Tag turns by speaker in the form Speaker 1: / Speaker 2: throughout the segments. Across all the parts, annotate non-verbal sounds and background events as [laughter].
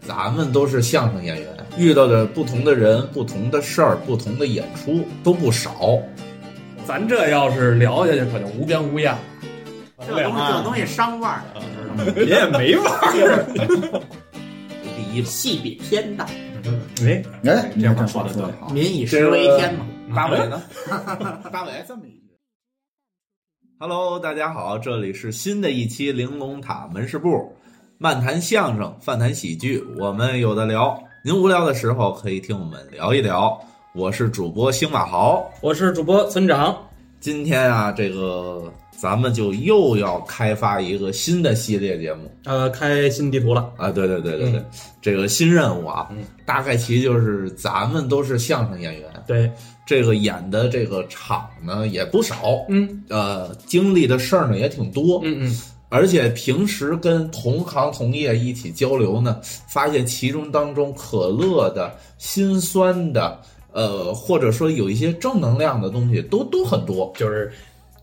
Speaker 1: 咱们都是相声演员，遇到的不同的人、不同的事儿、不同的演出都不少。
Speaker 2: 咱这要是聊下去，可就无边无厌了。
Speaker 3: 这东西
Speaker 1: 啊
Speaker 3: 这东西伤腕儿的，你知道吗？
Speaker 2: 别 [laughs] 也没味儿。
Speaker 1: 第一吧，
Speaker 3: 戏比天大，
Speaker 2: [laughs] 哎，
Speaker 4: 哎，
Speaker 2: 这话说的对
Speaker 4: 好。
Speaker 3: 民以食为天嘛。
Speaker 2: 八尾呢？
Speaker 4: 八尾这么一句，
Speaker 1: Hello，大家好，这里是新的一期玲珑塔门市部，漫谈相声，饭谈喜剧，我们有的聊。您无聊的时候可以听我们聊一聊。我是主播星马豪，
Speaker 2: 我是主播村长，
Speaker 1: 今天啊，这个咱们就又要开发一个新的系列节目
Speaker 2: 呃，开新地图了。
Speaker 1: 啊！对对对对对，这个新任务啊，
Speaker 2: 嗯
Speaker 1: 大概其就是咱们都是相声演员，
Speaker 2: 对，
Speaker 1: 这个演的这个场呢也不少，
Speaker 2: 嗯
Speaker 1: 呃，经历的事儿呢也挺多，
Speaker 2: 嗯嗯，
Speaker 1: 而且平时跟同行同业一起交流呢，发现其中当中可乐的、心酸的，呃，或者说有一些正能量的东西都都很多，
Speaker 2: 就是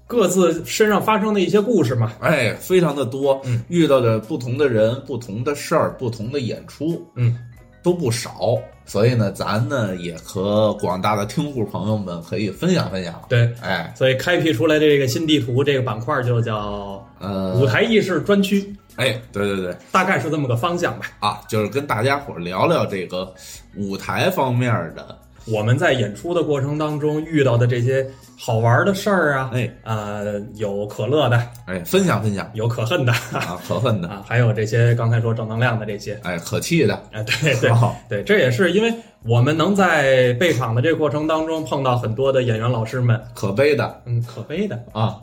Speaker 2: 各自身上发生的一些故事嘛。
Speaker 1: 哎，非常的多。
Speaker 2: 嗯
Speaker 1: 遇到的不同的人、不同的事儿、不同的演出，
Speaker 2: 嗯，
Speaker 1: 都不少。所以呢，咱呢也和广大的听户朋友们可以分享分享。
Speaker 2: 对，
Speaker 1: 哎，
Speaker 2: 所以开辟出来这个新地图这个板块就叫
Speaker 1: 呃，
Speaker 2: 舞，台艺术专区，
Speaker 1: 哎，对对对，
Speaker 2: 大概是这么个方向吧。
Speaker 1: 啊，就是跟大家伙儿聊聊这个舞台方面的，
Speaker 2: 我们在演出的过程当中遇到的这些好玩的事儿啊，
Speaker 1: 哎
Speaker 2: 呃，有可乐的，
Speaker 1: 哎，分享分享。
Speaker 2: 有可恨的 [laughs]
Speaker 1: 啊，可恨的，
Speaker 2: 啊，还有这些刚才说正能量的这些
Speaker 1: 哎，可气的，
Speaker 2: 啊，对对
Speaker 1: 好
Speaker 2: 对，这也是因为我们能在备场的这个过程当中碰到很多的演员老师们，
Speaker 1: 可悲的
Speaker 2: 嗯，可悲的，
Speaker 1: 啊，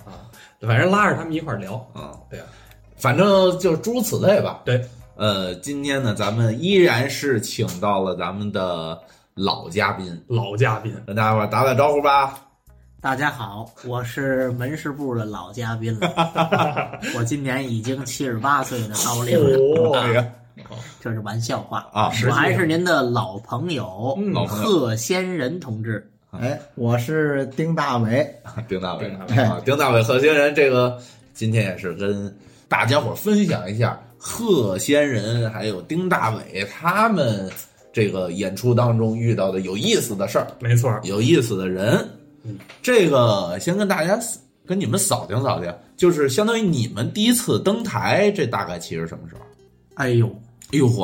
Speaker 2: 反正拉着他们一块儿聊。
Speaker 1: 嗯，
Speaker 2: 对啊，
Speaker 1: 反正就是诸如此类吧。
Speaker 2: 对，
Speaker 1: 呃，今天呢，咱们依然是请到了咱们的老嘉宾，
Speaker 2: 老嘉宾，
Speaker 1: 跟大家伙儿打打招呼吧。
Speaker 3: 大家好，我是门市部的老嘉宾了，我今年已经七十八岁的高龄了，
Speaker 2: 哦
Speaker 1: [laughs] 哎
Speaker 2: [laughs]
Speaker 1: 呀，
Speaker 3: 这是玩笑话
Speaker 1: 啊
Speaker 2: 实际
Speaker 3: 我
Speaker 2: 上
Speaker 3: 还是您的老朋友
Speaker 2: 嗯
Speaker 1: 老朋友
Speaker 3: 贺仙人同志，
Speaker 4: 哎，我是丁大伟，
Speaker 1: 丁大伟
Speaker 2: 丁大
Speaker 4: 伟
Speaker 1: 啊，丁大伟贺仙人，这个今天也是跟大家伙儿分享一下贺仙人还有丁大伟他们这个演出当中遇到的有意思的事儿。
Speaker 2: 没错儿，
Speaker 1: 有意思的人。
Speaker 2: 嗯，
Speaker 1: 这个先跟大家跟你们扫听扫听，就是相当于你们第一次登台，这大概其实什么时候？
Speaker 3: 哎呦，
Speaker 1: 哎呦嚯，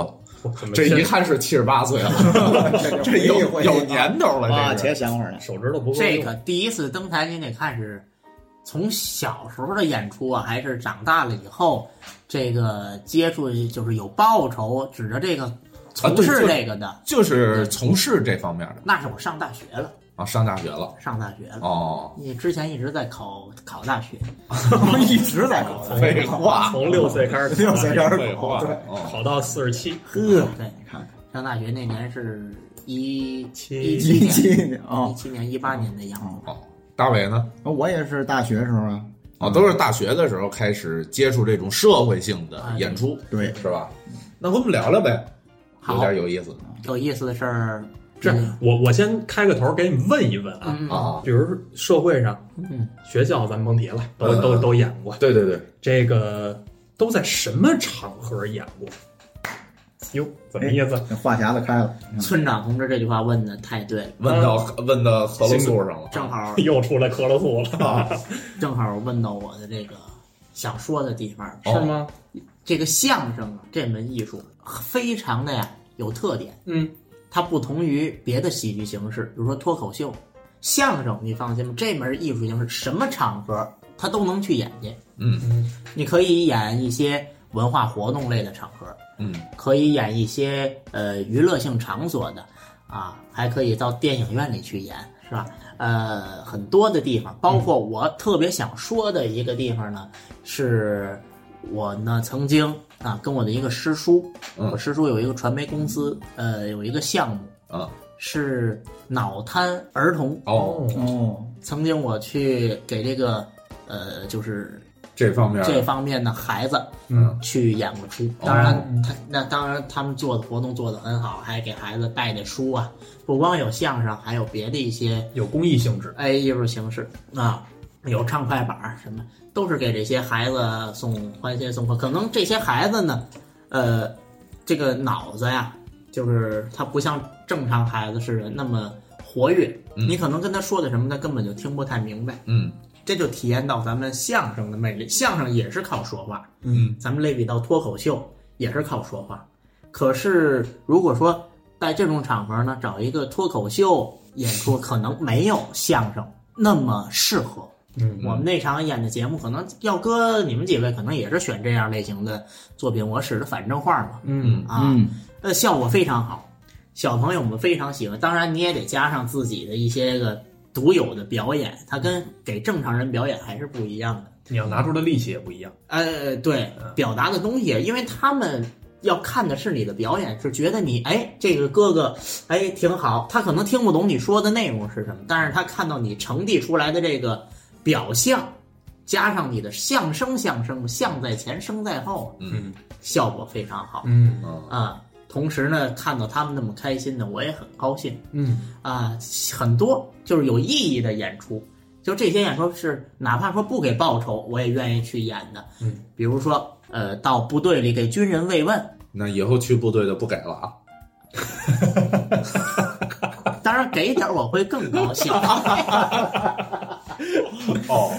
Speaker 2: 我怎么
Speaker 1: 这
Speaker 2: 现
Speaker 1: 一看是七十八岁
Speaker 4: [laughs]
Speaker 1: 了，这有有年头
Speaker 4: 啊，
Speaker 1: 了，这
Speaker 4: 且
Speaker 1: 是。
Speaker 4: 想会儿呢。
Speaker 2: 手指头不够
Speaker 3: 这
Speaker 2: 用
Speaker 3: 个第一次登台，您得看是从小时候的演出啊，还是长大了以后这个接触，就是有报酬，指着这个从
Speaker 1: 对
Speaker 3: 事
Speaker 1: 就
Speaker 3: 这个的，
Speaker 1: 就是从事这方面的
Speaker 3: 那是我上大学了，
Speaker 1: 啊，上大学了
Speaker 3: 上大学了。
Speaker 1: 哦，
Speaker 3: 你之前一直在考考大学，
Speaker 4: 我 [laughs] 一直在搞，
Speaker 1: 废话，
Speaker 2: 从六岁开始考，
Speaker 4: 六岁开始
Speaker 1: 废话
Speaker 4: 搞，对，
Speaker 1: 哦，
Speaker 2: 考到四十七，
Speaker 4: 呵，
Speaker 3: 嗯对，
Speaker 4: 你看
Speaker 3: 上大学那年是一
Speaker 2: 七
Speaker 3: 七
Speaker 4: 一七
Speaker 3: 年。
Speaker 4: 年
Speaker 3: 一
Speaker 4: 哦，
Speaker 3: 七年、一八年的样
Speaker 1: 哦
Speaker 3: 子，
Speaker 1: 大伟呢？
Speaker 4: 我也是大学时候啊，
Speaker 1: 哦，都是大学的时候开始接触这种社会性的演出，
Speaker 4: 对，
Speaker 1: 是吧？那我们聊聊呗，有
Speaker 3: 好
Speaker 1: 点有意思
Speaker 3: 有意思的事儿。
Speaker 2: 这我我先开个头给你们问一问啊，
Speaker 3: 嗯，
Speaker 1: 啊。
Speaker 2: 比如说社会上、
Speaker 3: 嗯
Speaker 2: 学校，咱甭提了，都、
Speaker 1: 嗯
Speaker 2: 都都演过，
Speaker 1: 对对对，
Speaker 2: 这个都在什么场合演过？哟，怎么意
Speaker 4: [laughs]
Speaker 2: 思？
Speaker 4: 这话匣子开了，
Speaker 3: 村长同志这句话问的太对了，
Speaker 1: 问到问到何乐素上了。
Speaker 2: [laughs]
Speaker 3: 正好
Speaker 2: 又出来克罗素了，
Speaker 3: 正好问到我的这个想说的地方了。
Speaker 1: 哦
Speaker 2: 是吗？
Speaker 3: 这个相声啊，这门艺术非常的呀有特点，
Speaker 2: 嗯，
Speaker 3: 它不同于别的喜剧形式，比如说脱口秀、相声，你放心吧，这门艺术形式什么场合它都能去演去。
Speaker 1: 嗯
Speaker 3: 你可以演一些文化活动类的场合，
Speaker 1: 嗯，
Speaker 3: 可以演一些呃娱乐性场所的，啊，还可以到电影院里去演，是吧？呃，很多的地方，包括我特别想说的一个地方呢，是我呢曾经啊跟我的一个师叔，
Speaker 1: 嗯
Speaker 3: 我师叔有一个传媒公司，呃，有一个项目
Speaker 1: 啊
Speaker 3: 是脑瘫儿童，
Speaker 1: 哦，
Speaker 4: 哦，
Speaker 3: 曾经我去给这个呃就是
Speaker 1: 这方面
Speaker 3: 这方面的孩子
Speaker 2: 嗯，
Speaker 3: 去演过出。
Speaker 1: 哦
Speaker 3: 当然，他那当然他们做的活动做得很好，还给孩子带的书啊，不光有相声，还有别的一些
Speaker 2: 有公益性质，
Speaker 3: 哎艺术形式啊，有唱快板儿什么，都是给这些孩子送欢欣送贺。可能这些孩子呢，呃，这个脑子呀就是他不像正常孩子似的那么活跃，
Speaker 1: 嗯
Speaker 3: 你可能跟他说的什么，他根本就听不太明白。
Speaker 1: 嗯
Speaker 3: 这就体验到咱们相声的魅力。相声也是靠说话，
Speaker 1: 嗯，
Speaker 3: 咱们类比到脱口秀也是靠说话。可是如果说在这种场合呢，找一个脱口秀演出，可能没有相声那么适合。
Speaker 2: 嗯
Speaker 3: 我们那场演的节目，可能要搁你们几位，可能也是选这样类型的作品。我使的反正话嘛，
Speaker 2: 嗯
Speaker 3: 啊，呃，效果非常好，小朋友们非常喜欢。当然，你也得加上自己的一些个独有的表演，它跟给正常人表演还是不一样的。
Speaker 2: 你要拿出的力气也不一样。
Speaker 3: 呃，对，表达的东西，因为他们要看的是你的表演，是觉得你哎，这个哥哥哎挺好。他可能听不懂你说的内容是什么，但是他看到你呈递出来的这个表象，加上你的相声，相声相在前，声在后，
Speaker 1: 嗯，
Speaker 3: 效果非常好。
Speaker 2: 嗯
Speaker 1: 啊
Speaker 3: 啊，同时呢，看到他们那么开心的，我也很高兴
Speaker 2: 嗯
Speaker 3: 啊。很多就是有意义的演出，就这些演出是哪怕说不给报酬，我也愿意去演的。
Speaker 2: 嗯，
Speaker 3: 比如说呃，到部队里给军人慰问，
Speaker 1: 那以后去部队就不给了啊。
Speaker 3: 当然给点儿我会更高
Speaker 2: [laughs]
Speaker 3: 兴。
Speaker 2: 哦，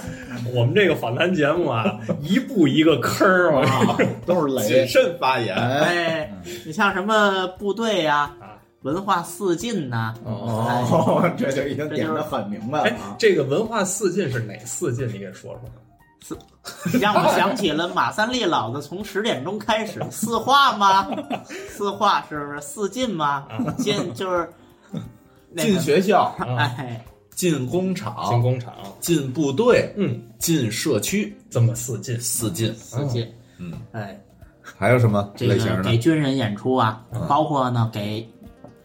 Speaker 2: 我们这个访谈节目 [laughs] 啊，一步一个坑儿啊，
Speaker 4: 都是
Speaker 1: 谨
Speaker 4: 雷。
Speaker 1: 慎发言。
Speaker 4: 哎，
Speaker 3: 哎，你像什么部队呀、
Speaker 2: 啊
Speaker 3: 文化四进呐、
Speaker 4: 哦，这就已经点的很明白
Speaker 2: 哎
Speaker 4: 了啊，。
Speaker 2: 这个文化四进是哪四进？你给说说。
Speaker 3: 你让我想起了马三立老子从十点钟开始四化吗？ [laughs] 四化是不是四进吗？进就是那
Speaker 1: 进
Speaker 3: 个
Speaker 1: 学校，
Speaker 2: 啊，
Speaker 3: [laughs] 哎，
Speaker 1: 进工
Speaker 2: 进
Speaker 1: 厂，
Speaker 2: 工厂，
Speaker 1: 进部队，
Speaker 2: 啊嗯，
Speaker 1: 进社区，
Speaker 2: 这么四进
Speaker 1: 四进。
Speaker 3: 四进，
Speaker 1: 嗯，
Speaker 3: 哎，
Speaker 1: 还有什么
Speaker 3: 这
Speaker 1: 类型
Speaker 3: 个
Speaker 1: 的
Speaker 3: 给？军人演出啊
Speaker 1: 嗯，
Speaker 3: 包括呢给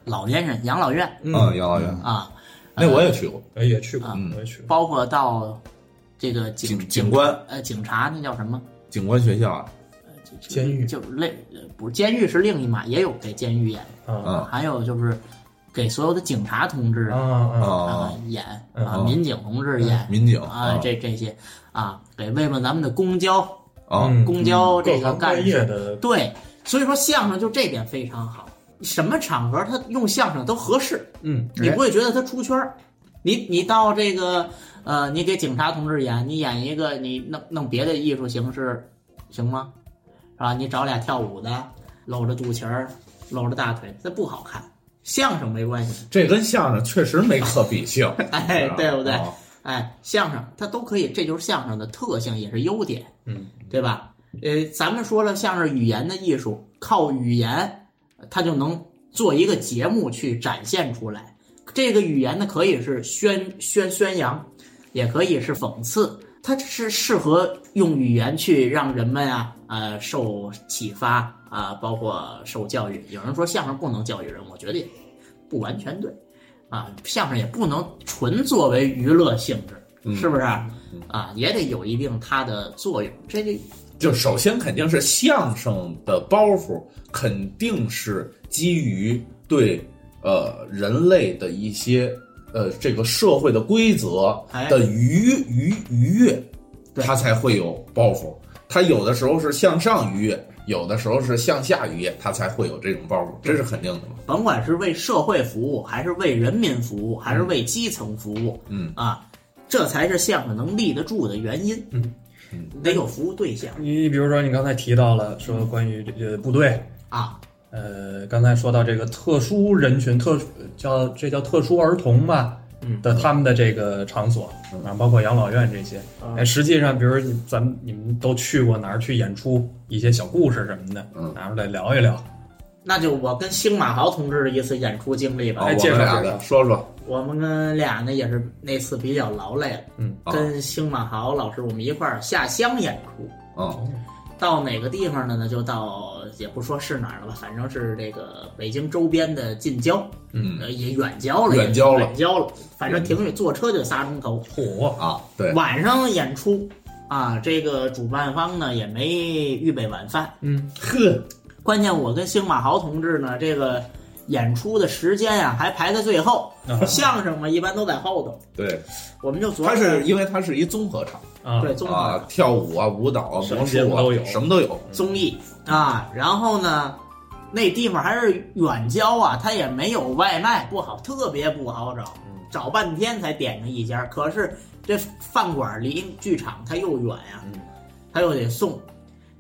Speaker 3: 老年人养老院
Speaker 1: 嗯，
Speaker 2: 嗯，
Speaker 1: 养老院，
Speaker 3: 啊，
Speaker 1: 那我也去过。
Speaker 2: 我也去过，
Speaker 3: 啊
Speaker 2: 我也去过。
Speaker 3: 包括到这个警
Speaker 1: 警警官
Speaker 3: 呃警察那叫什么？呃
Speaker 1: 警官学校啊，
Speaker 2: 监狱
Speaker 3: 就是类呃不是监狱是另一码，也有给监狱演，
Speaker 2: 啊
Speaker 1: 啊
Speaker 3: 还有就是给所有的警察同志
Speaker 2: 啊啊！
Speaker 3: 啊
Speaker 1: 啊，
Speaker 3: 演
Speaker 2: 嗯
Speaker 3: 啊
Speaker 1: 嗯
Speaker 3: 民警同志演
Speaker 1: 民警
Speaker 3: 啊这这些啊给慰问咱们的公交
Speaker 1: 啊，
Speaker 2: 嗯
Speaker 3: 公交
Speaker 2: 各
Speaker 3: 这个
Speaker 2: 行各
Speaker 3: 干
Speaker 2: 业
Speaker 3: 事
Speaker 2: 的，
Speaker 3: 对，所以说相声就这点非常好，什么场合他用相声都合适，
Speaker 2: 嗯
Speaker 1: 哎
Speaker 3: 你不会觉得他出圈儿，你你到这个呃你给警察同志演，你演一个你弄弄别的艺术形式行吗？是吧？你找俩跳舞的，搂着肚脐儿，搂着大腿，这不好看。相声没关系， [laughs]
Speaker 1: 这跟相声确实没可比性，
Speaker 3: 哎
Speaker 1: 是，吧
Speaker 3: 对不对？
Speaker 1: 啊
Speaker 3: 哎，相声它都可以，这就是相声的特性，也是优点，
Speaker 2: 嗯，
Speaker 3: 对吧？呃，咱们说了，相声语言的艺术，靠语言，它就能做一个节目去展现出来。这个语言呢，可以是宣宣宣扬，也可以是讽刺，它是适合用语言去让人们啊，呃，受启发啊、包括受教育。有人说相声不能教育人，我觉得也不完全对，啊，相声也不能纯作为娱乐性质，
Speaker 1: 嗯
Speaker 3: 是不是？啊，也得有一定它的作用。这个
Speaker 1: 就首先肯定是相声的包袱，肯定是基于对呃人类的一些呃这个社会的规则
Speaker 3: 哎
Speaker 1: 的愉愉愉悦，
Speaker 3: 对
Speaker 1: 它才会有包袱。它有的时候是向上愉悦，有的时候是向下愉悦，它才会有这种包袱，这是肯定的嘛。
Speaker 3: 甭管是为社会服务，还是为人民服务，还是为基层服务，
Speaker 1: 嗯
Speaker 3: 啊，这才是相声能立得住的原因。
Speaker 2: 嗯
Speaker 1: 嗯
Speaker 3: 得有服务对象
Speaker 2: 你你比如说，你刚才提到了说关于这个部队，
Speaker 3: 啊，
Speaker 2: 呃，刚才说到这个特殊人群，特殊叫这叫特殊儿童吧，
Speaker 3: 嗯
Speaker 2: 的他们的这个场所啊，包括养老院这些。哎，实际上，比如你咱们你们都去过哪儿去演出，一些小故事什么的
Speaker 1: 嗯，
Speaker 2: 拿出来聊一聊。
Speaker 3: 那就我跟星马豪同志的一次演出经历吧。
Speaker 1: 好，
Speaker 2: 哎
Speaker 1: 我
Speaker 2: 介
Speaker 1: 们俩
Speaker 2: 绍介绍
Speaker 1: 的说说，
Speaker 3: 我们俩呢也是那次比较劳累了，
Speaker 2: 嗯
Speaker 1: 啊
Speaker 3: 跟星马豪老师我们一块儿下乡演出，
Speaker 1: 嗯
Speaker 3: 到哪个地方呢？呢就到也不说是哪儿了吧，反正是这个北京周边的近郊，
Speaker 1: 嗯
Speaker 3: 呃也远郊了，
Speaker 1: 远郊了
Speaker 3: 也远郊了，反正挺远，坐车就仨钟头。
Speaker 2: 嚯，
Speaker 1: 啊，
Speaker 3: [laughs]
Speaker 1: 对，
Speaker 3: 晚上演出啊，这个主办方呢也没预备晚饭，
Speaker 2: 嗯，
Speaker 1: 呵，
Speaker 3: 关键我跟星马豪同志呢，这个演出的时间啊还排在最后，
Speaker 2: 啊
Speaker 3: 相声嘛一般都在后头，
Speaker 1: 对，
Speaker 3: 我们就昨
Speaker 1: 它
Speaker 3: 天
Speaker 1: 是因为它是一综合场。
Speaker 2: 啊，
Speaker 3: 对综合、
Speaker 1: 啊，跳舞啊，舞蹈啊，
Speaker 2: 什么
Speaker 1: 魔
Speaker 2: 节
Speaker 1: 术
Speaker 2: 目都
Speaker 1: 啊，
Speaker 2: 有
Speaker 1: 什么都有。
Speaker 3: 综艺啊，然后呢，那地方还是远郊啊，它也没有外卖，不好，特别不好找，找半天才点上一家。可是这饭馆离剧场它又远呀、
Speaker 2: 嗯
Speaker 3: 他又得送。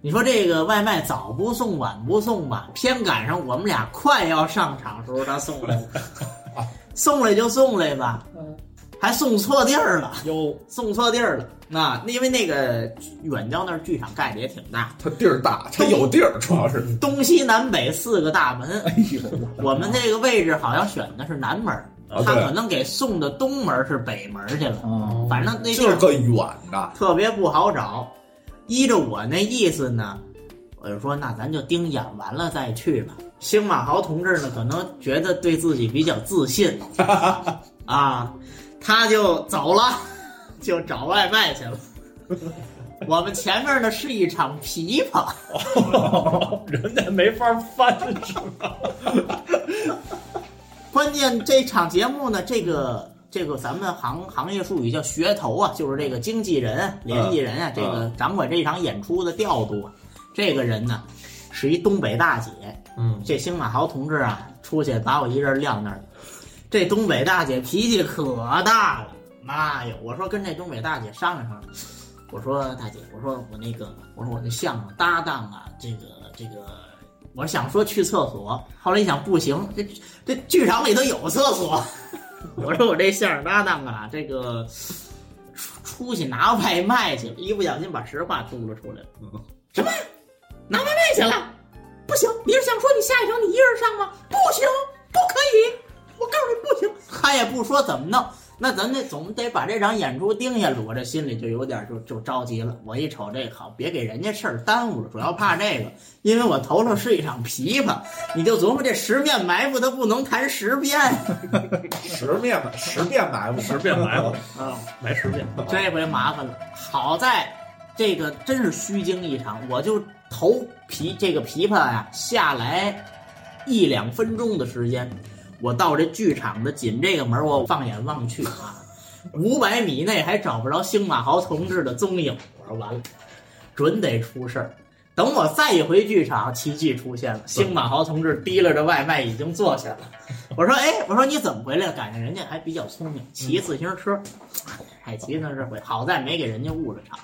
Speaker 3: 你说这个外卖早不送晚不送吧，偏赶上我们俩快要上场时候他送来了，送来就送来吧，还送错地儿了，
Speaker 2: 哟， [laughs]
Speaker 3: 送错地儿了。那因为那个远郊那儿剧场盖的也挺大，
Speaker 1: 他地儿大，他有地儿，主
Speaker 2: [laughs]
Speaker 1: 要是
Speaker 3: 东西南北四个大门，
Speaker 4: 哎呦，
Speaker 3: 我们这个位置好像选的是南门儿，
Speaker 1: 啊
Speaker 3: 他
Speaker 1: 对
Speaker 3: 可能给送的东门儿是北门儿去了，
Speaker 4: 嗯，
Speaker 1: 哦
Speaker 3: 反正那地
Speaker 1: 这
Speaker 3: 儿
Speaker 1: 个远的，
Speaker 3: 特别不好找。依着我那意思呢，我就说那咱就盯演完了再去吧。星马豪同志呢，可能觉得对自己比较
Speaker 1: [laughs]
Speaker 3: 自信啊，他就走了， [laughs] 就找外卖去了。我们前面呢是一场琵琶，
Speaker 2: 人家没法翻，是吧？
Speaker 3: 关键这场节目呢，这个这个咱们行行业术语叫噱头啊，就是这个经纪人、联系人啊，这个掌管这一场演出的调度啊，这个人呢是一东北大姐。
Speaker 2: 嗯，
Speaker 3: 这星马豪同志啊，出去把我一人晾那儿了。这东北大姐脾气可大了，妈呀！我说跟这东北大姐商量商量，我说大姐，我说我那个，我说我那相声搭档啊，这个这个，我想说去厕所，后来一想不行，这这剧场里头有厕所， [laughs] 我说我这相声搭档啊，这个出出去拿外卖去了，一不小心把实话吐了出来了，嗯什么拿外卖去了？不行，你是想说你下一场你一人上吗？不行，不可以，我告诉你不行。他也不说怎么弄，那咱这总得把这场演出定下来。我这心里就有点就就着急了。我一瞅这好，别给人家事儿耽误了，主要怕这个，因为我头头是一场琵琶，你就琢磨这十面埋伏，他不能弹十 [laughs] 遍
Speaker 1: 十面埋十遍埋伏，
Speaker 2: 十遍埋伏，
Speaker 3: 啊。
Speaker 2: 来十遍，
Speaker 3: 这回麻烦了，好在这个真是虚惊一场，我就头琵这个琵琶呀、下来一两分钟的时间，我到这剧场的紧这个门，我放眼望去啊，五百米内还找不着星马豪同志的踪影，我说完了，准得出事儿。等我再一回剧场，奇迹出现了，星马豪同志提拉着外卖已经坐下了。我说，哎，我说你怎么回来？赶上人家还比较聪明，骑自行车，哎，骑自行车回，好在没给人家误了场。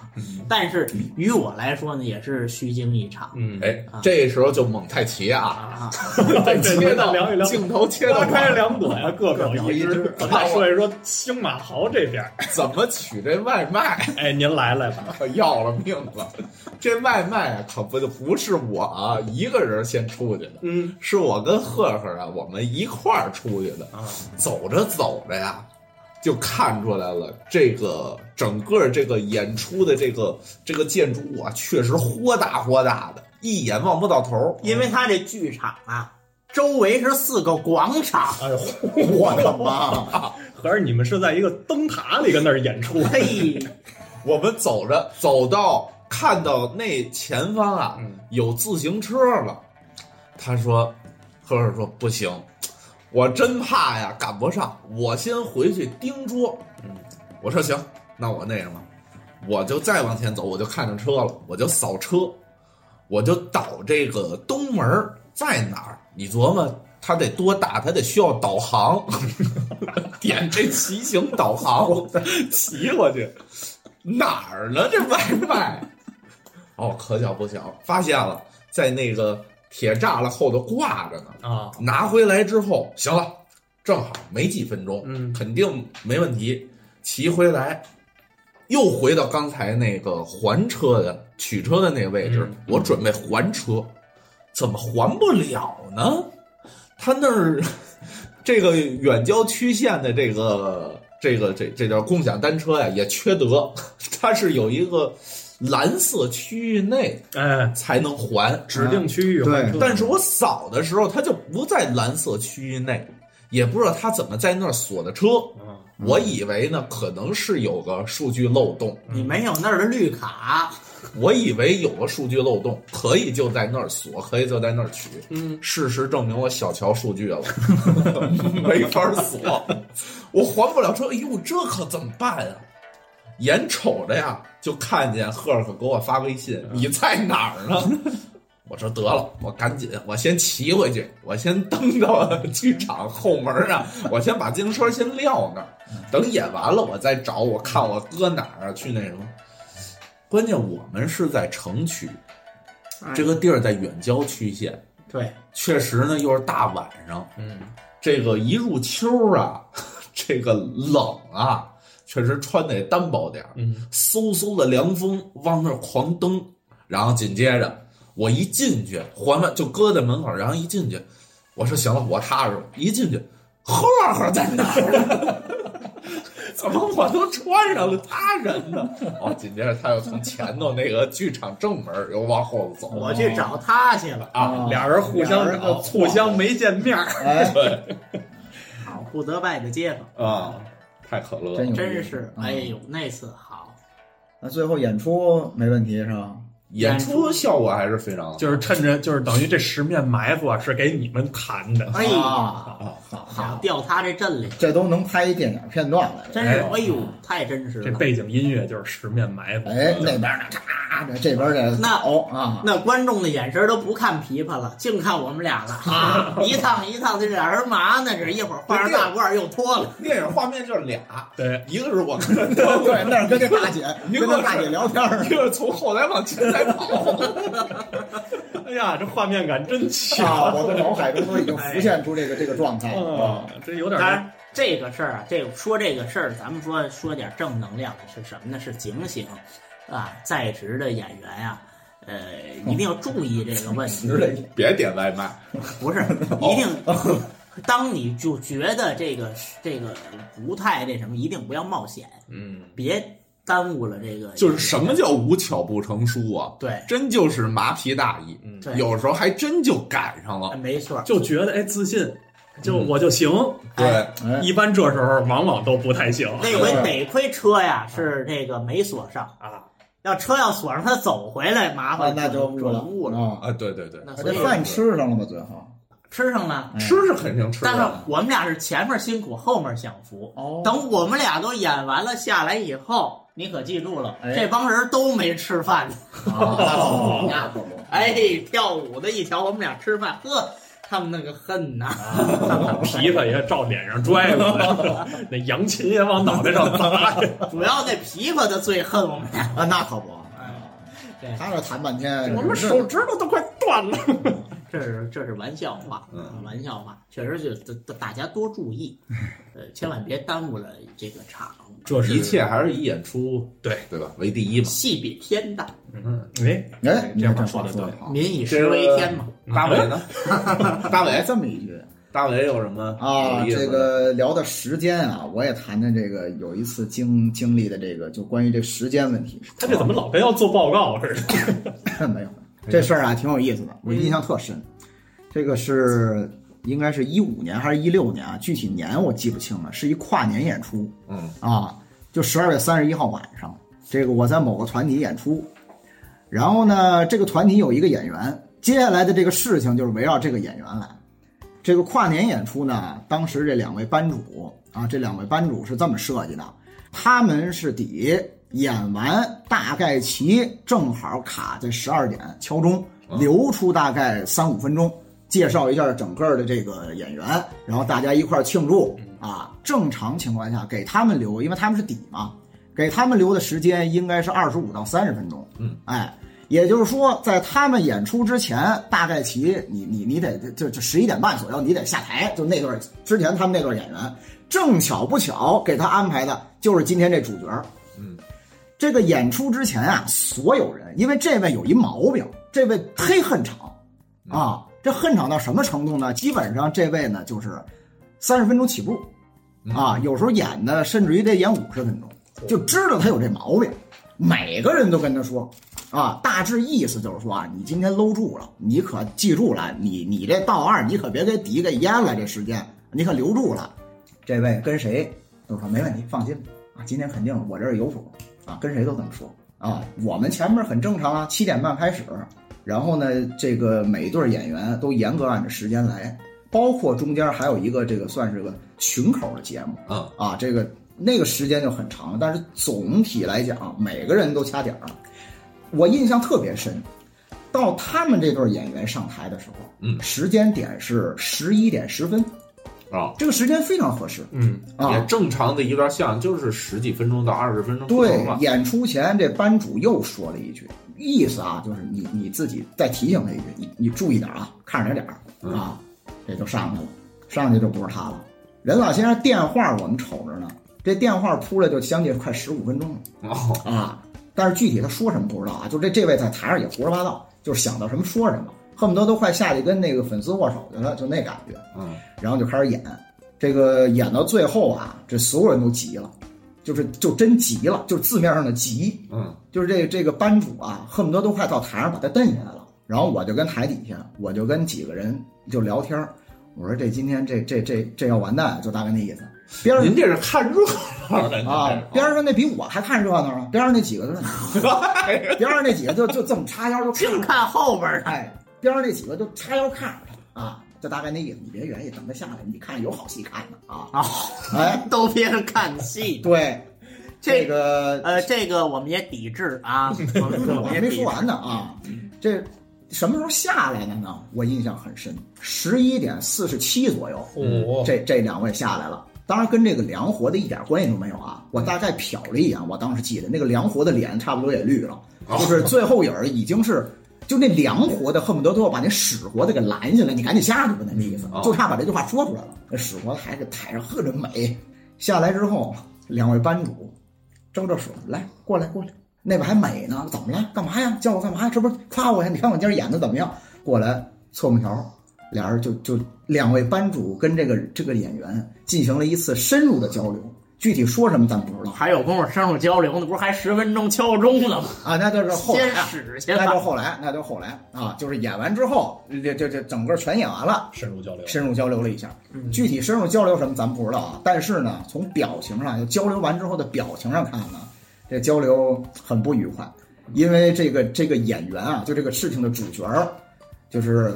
Speaker 3: 但是于我来说呢，也是虚惊一场
Speaker 2: 嗯，
Speaker 1: 哎
Speaker 3: 啊，
Speaker 1: 这时候就猛太奇啊，
Speaker 3: 啊。
Speaker 2: [laughs] 对对
Speaker 1: [laughs] 切
Speaker 2: 咱
Speaker 1: 到
Speaker 2: 聊一聊
Speaker 1: 镜头切到
Speaker 2: 拉开两朵呀，各
Speaker 1: 各
Speaker 2: 表
Speaker 1: 表
Speaker 2: 一
Speaker 1: 一
Speaker 2: 枝
Speaker 1: 枝。
Speaker 2: 咱俩说一说星马豪这边，
Speaker 1: 怎么取这外卖，啊
Speaker 2: 哎，您来来吧，
Speaker 1: [laughs] 可要了命了。这外卖啊，可不就不是我啊一个人先出去的，
Speaker 2: 嗯
Speaker 1: 是我跟赫赫啊，我们一块儿出去的。
Speaker 2: 啊，
Speaker 1: 走着走着呀，就看出来了，这个整个这个演出的这个这个建筑物啊，确实豁大豁大的，一眼望不到头儿。
Speaker 3: 因为他这剧场啊，周围是四个广场。
Speaker 2: 哎呦，
Speaker 4: 我的妈！
Speaker 2: 合着你们是在一个灯塔里跟那儿演出，
Speaker 3: 嘿，
Speaker 1: 我们走着走到看到那前方啊
Speaker 2: 嗯，
Speaker 1: 有自行车了，他说，赫赫说不行，我真怕呀赶不上，我先回去盯桌。
Speaker 2: 嗯，
Speaker 1: 我说行，那我那什么，我就再往前走，我就看着车了，我就扫车，我就导这个东门儿在哪儿？你琢磨它得多大？它得需要导航， [laughs] 点这骑行导航，我骑过去，哪儿呢？这外卖？ [laughs] 哦，可巧不巧，发现了，在那个铁栅栏后头挂着呢。
Speaker 2: 啊，
Speaker 1: 拿回来之后，行了，正好没几分钟，
Speaker 2: 嗯
Speaker 1: 肯定没问题。骑回来，又回到刚才那个还车的取车的那个位置，
Speaker 2: 嗯
Speaker 1: 我准备还车，怎么还不了呢？他那儿 [laughs] 这个远郊区县的这个这个这这叫共享单车呀，也缺德， [laughs] 它是有一个蓝色区域内
Speaker 2: 哎，
Speaker 1: 才能还，
Speaker 2: 指定区域
Speaker 4: 对
Speaker 2: 换车，
Speaker 1: 但是我扫的时候，它就不在蓝色区域内，也不知道它怎么在那儿锁的车。
Speaker 2: 嗯，
Speaker 1: 我以为呢，可能是有个数据漏洞，
Speaker 3: 你没有那儿的绿卡，
Speaker 1: 我以为有个数据漏洞，可以就在那儿锁，可以就在那儿取。
Speaker 2: 嗯，
Speaker 1: 事实证明我小瞧数据了， [laughs] 没法锁，我还不了车。哎呦，这可怎么办啊呀、眼瞅着呀，就看见赫赫给我发微信：“你在哪儿呢？”我说得了，我赶紧，我先骑回去，我先蹬到剧场后门啊，我先把自行车先撂那儿，等演完了我再找，我看我搁哪儿啊去那什么。关键我们是在城区，
Speaker 3: 哎
Speaker 1: 这个地儿在远郊区县，
Speaker 3: 对，
Speaker 1: 确实呢又是大晚上，
Speaker 2: 嗯，
Speaker 1: 这个一入秋啊， [laughs] 这个冷啊，确实穿得也单薄点儿。
Speaker 2: 嗯，
Speaker 1: 嗖嗖的凉风往那儿狂蹬，然后紧接着我一进去，缓缓就搁在门口，然后一进去，我说行了，我踏实了。一进去，赫赫在哪儿呢？ [laughs] 怎么我都穿上了他人呢？哦，紧接着他又从前头那个剧场正门又往后头走
Speaker 3: 我去找他去了
Speaker 1: 啊，
Speaker 2: 俩人互相
Speaker 3: 俩人
Speaker 2: 找互相没见面儿，
Speaker 4: 哎，
Speaker 1: 对
Speaker 3: 好不得拜的街坊，
Speaker 1: 啊，太可乐了。
Speaker 4: 真有意思
Speaker 3: 真是，
Speaker 4: 嗯
Speaker 3: 哎呦，那次好，
Speaker 4: 那最后演出没问题是吧？
Speaker 1: 演出效果还是非常好
Speaker 2: 就是趁着就是等于这十面埋伏啊是给你们弹的，
Speaker 3: 哎呀，
Speaker 1: 啊，好
Speaker 3: 好掉他这阵里，
Speaker 4: 这都能拍一电影片段来了。
Speaker 3: 真是，哎呦，太真实
Speaker 2: 这
Speaker 3: 了。
Speaker 2: 背景音乐就是十面埋伏，
Speaker 4: 哎，那边的咔，这这边的
Speaker 3: 那
Speaker 4: 哦啊，
Speaker 3: 那观众的眼神都不看琵琶了，净看我们俩了啊！一趟一趟，这俩人麻呢，这一会儿画上大褂又脱了，
Speaker 1: 电影画面就是俩，
Speaker 2: 对，
Speaker 1: 一个是我跟他
Speaker 4: 对，那是跟这大姐
Speaker 1: 你
Speaker 4: 跟
Speaker 1: 给我
Speaker 4: 那大姐聊天儿
Speaker 1: 一个是从后台往前台跑。
Speaker 2: 哎呀，这画面感真强，
Speaker 4: 啊，我的脑海中都已经浮现出这个这个状态了。
Speaker 2: 啊，这有点
Speaker 3: 当然，这个事儿啊，这个说这个事儿，咱们说说点正能量的是什么呢？是警醒啊，在职的演员呀、呃，一定要注意这个问
Speaker 4: [laughs]
Speaker 3: 题。
Speaker 4: 之类的，
Speaker 1: [laughs] 别点外卖，
Speaker 3: 不是，一定， [laughs] 当你就觉得这个这个不太那什么，一定不要冒险，
Speaker 2: 嗯，
Speaker 3: 别耽误了这个。
Speaker 1: 就是什么叫无巧不成书啊？
Speaker 3: 对，
Speaker 1: 真就是麻皮大意，
Speaker 2: 嗯
Speaker 3: 对
Speaker 1: 有时候还真就赶上了。
Speaker 3: 没错儿，
Speaker 2: 就觉得哎自信，就我就行，
Speaker 1: 对，
Speaker 4: 哎，
Speaker 2: 一般这时候往往都不太行
Speaker 3: 那回得亏车呀是这个没锁上，
Speaker 2: 啊，
Speaker 3: 要车要锁上，他走回来麻
Speaker 4: 啊
Speaker 3: 烦
Speaker 4: 那就
Speaker 3: 准
Speaker 4: 误
Speaker 3: 误
Speaker 4: 了
Speaker 3: 了。
Speaker 4: 啊。
Speaker 1: 啊，对对对，
Speaker 3: 那
Speaker 4: 哎
Speaker 3: 所
Speaker 4: 这
Speaker 3: 以
Speaker 4: 饭吃上了吗？最后
Speaker 3: 吃上了，
Speaker 4: 哎
Speaker 1: 吃是肯定吃
Speaker 3: 但是
Speaker 1: 的，
Speaker 3: 我们俩是前面辛苦，后面享福。
Speaker 4: 哦，
Speaker 3: 等我们俩都演完了下来以后，你可记住了，
Speaker 4: 哎
Speaker 3: 这帮人都没吃饭呢。
Speaker 4: 啊那可不
Speaker 3: 哎，跳舞的一瞧，我们俩吃饭，呵，他们那个恨呐、
Speaker 2: 琵琶也照脸上拽 [laughs] 了，那扬琴也往脑袋上砸，
Speaker 3: [laughs]
Speaker 2: [laughs]
Speaker 3: 主要那琵琶的最恨我们俩。
Speaker 4: 啊，那可不。
Speaker 3: 对
Speaker 4: 他这弹半天，
Speaker 2: 我们手指头都快断了。
Speaker 3: 这是这是玩笑话，
Speaker 1: 嗯
Speaker 3: 玩笑话，确实是大大家多注意，呃，千万别耽误了这个场，
Speaker 2: 这
Speaker 1: 一切还是以演出
Speaker 2: 对
Speaker 1: 对吧为第一嘛。
Speaker 3: 戏比天大，
Speaker 2: 嗯，哎，
Speaker 4: 哎，你
Speaker 2: 这
Speaker 4: 看
Speaker 2: 话
Speaker 4: 说
Speaker 2: 说的
Speaker 4: 得
Speaker 2: 对
Speaker 4: 好，
Speaker 3: 民以食为天嘛。
Speaker 1: 大伟呢？大
Speaker 4: 哎
Speaker 1: 伟，
Speaker 4: 这么一句
Speaker 1: 大伟有什么
Speaker 4: 啊，
Speaker 1: 有意思的
Speaker 4: 这个聊的时间啊，我也谈谈这个有一次经经历的这个，就关于这时间问题。
Speaker 2: 他这怎么老跟要做报告似的？
Speaker 4: 没有，这事儿啊挺有意思的，我印象特深。这个是应该是一五年还是一六年啊？具体年我记不清了，是一跨年演出
Speaker 1: 嗯
Speaker 4: 啊，就十二月三十一号晚上，这个我在某个团体演出，然后呢，这个团体有一个演员，接下来的这个事情就是围绕这个演员来。这个跨年演出呢，当时这两位班主啊，这两位班主是这么设计的，他们是底演完大概齐正好卡在十二点敲钟，留出大概三五分钟，介绍一下整个的这个演员，然后大家一块儿庆祝啊。正常情况下给他们留，因为他们是底嘛，给他们留的时间应该是二十五到三十分钟。
Speaker 1: 嗯，
Speaker 4: 哎。也就是说，在他们演出之前，大概齐你你你得就就十一点半左右，你得下台，就那段之前他们那段演员，正巧不巧给他安排的就是今天这主角儿。
Speaker 1: 嗯，
Speaker 4: 这个演出之前啊，所有人因为这位有一毛病，这位忒恨场啊，这恨场到什么程度呢？基本上这位呢就是三十分钟起步啊，有时候演的甚至于得演五十分钟，就知道他有这毛病，每个人都跟他说。啊，大致意思就是说啊，你今天搂住了，你可记住了，你你这到二，你可别给底给淹了，这时间你可留住了。这位跟谁都说没问题，放心啊，今天肯定我这儿有谱啊，跟谁都这么说啊。我们前面很正常啊，七点半开始，然后呢，这个每一对演员都严格按照时间来，包括中间还有一个这个算是个群口的节目
Speaker 1: 嗯
Speaker 4: 啊，这个那个时间就很长了，但是总体来讲，每个人都掐点儿。我印象特别深，到他们这对演员上台的时候，
Speaker 1: 嗯
Speaker 4: 时间点是十一点十分，
Speaker 1: 啊，
Speaker 4: 这个时间非常合适
Speaker 2: 嗯，
Speaker 1: 也
Speaker 4: 啊。
Speaker 1: 正常的一段相声就是十几分钟到二十分钟不
Speaker 4: 对
Speaker 1: 等嘛，。
Speaker 4: 演出前这班主又说了一句，意思啊，就是你你自己再提醒他一句，你你注意点啊，看着点儿
Speaker 1: 嗯
Speaker 4: 啊，这就上去了，上去就不是他了。任老先生电话我们瞅着呢，这电话扑了就将近快十五分钟了。
Speaker 1: 哦，
Speaker 4: 啊，但是具体他说什么不知道啊，就这这位在台上也胡说八道，就是想到什么说什么，恨不得都快下去跟那个粉丝握手去了，就那感觉。
Speaker 1: 嗯，
Speaker 4: 然后就开始演，这个演到最后啊，这所有人都急了，就是就真急了，就是字面上的急，
Speaker 1: 嗯，
Speaker 4: 就是这这个班主啊，恨不得都快到台上把他蹬下来了。然后我就跟台底下，我就跟几个人就聊天儿我说这今天这这这这要完蛋，就大概那意思。边上
Speaker 1: 您这是看热闹的
Speaker 4: 啊，边上那比我还看热闹呢，边上那几个都是，边上那几个就就这么叉腰就
Speaker 3: 净
Speaker 4: 看，
Speaker 3: 看后边儿的，
Speaker 4: 哎，边上那几个就叉腰看着他啊，就大概那意思。你别愿意，等他下来，你看有好戏看呢啊！
Speaker 3: 哦，
Speaker 4: 哎，
Speaker 3: 都憋着看戏。
Speaker 4: 对，
Speaker 3: [laughs] 这
Speaker 4: 这个
Speaker 3: 呃，这个我们也抵制
Speaker 4: [laughs]
Speaker 3: 啊，我们
Speaker 4: 我还
Speaker 3: 也
Speaker 4: 没
Speaker 3: 抵
Speaker 4: 说
Speaker 3: 制
Speaker 4: 完呢啊，
Speaker 3: 嗯
Speaker 4: 这什么时候下来的呢？我印象很深，十一点四十七左右，
Speaker 2: 哦，
Speaker 4: 这这两位下来了。当然跟这个梁活的一点关系都没有啊！我大概瞟了一眼，我当时记得那个梁活的脸差不多也绿了，就是最后影儿已经是，就那梁活的恨不得都要把那史活的给拦下来，你赶紧下去吧，那意思
Speaker 1: 哦，
Speaker 4: 就差把这句话说出来了。那史活还是台上喝着美，下来之后，两位班主争着手来过来过来，那边还美呢，怎么了？干嘛呀？叫我干嘛呀？这不是夸我呀？你看我今儿演的怎么样？过来侧木条，俩人就就两位班主跟这个这个演员进行了一次深入的交流，具体说什么咱不知道
Speaker 3: 还有功夫深入交流呢，不是还十分钟敲钟了吗？
Speaker 4: 啊，那就是后来
Speaker 3: 先
Speaker 4: 啊、
Speaker 3: 使去
Speaker 4: 那就
Speaker 3: 了。
Speaker 4: 后来，那就后来啊，就是演完之后，这这这整个全演完了，
Speaker 2: 深入交流，
Speaker 4: 深入交流了一下。
Speaker 2: 嗯
Speaker 4: 具体深入交流什么咱们不知道啊，但是呢，从表情上，就交流完之后的表情上看呢，这交流很不愉快，因为这个这个演员啊，就这个事情的主角儿，就是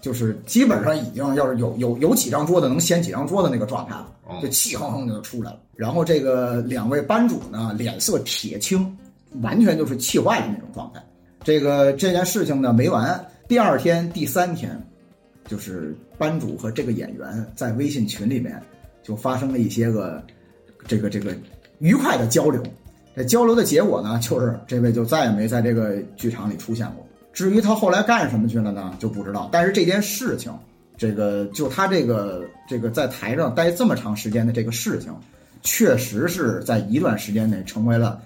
Speaker 4: 就是基本上已经要是有有有几张桌子能掀几张桌子那个状态了
Speaker 1: 哦，
Speaker 4: 就气哼哼的就出来了。然后这个两位班主呢，脸色铁青，完全就是气坏了那种状态。这个这件事情呢没完，第二天、第三天，就是班主和这个演员在微信群里面就发生了一些个这个这个愉快的交流。这交流的结果呢，就是这位就再也没在这个剧场里出现过。至于他后来干什么去了呢，就不知道。但是这件事情，这个就他这个这个在台上待这么长时间的这个事情，确实是在一段时间内成为了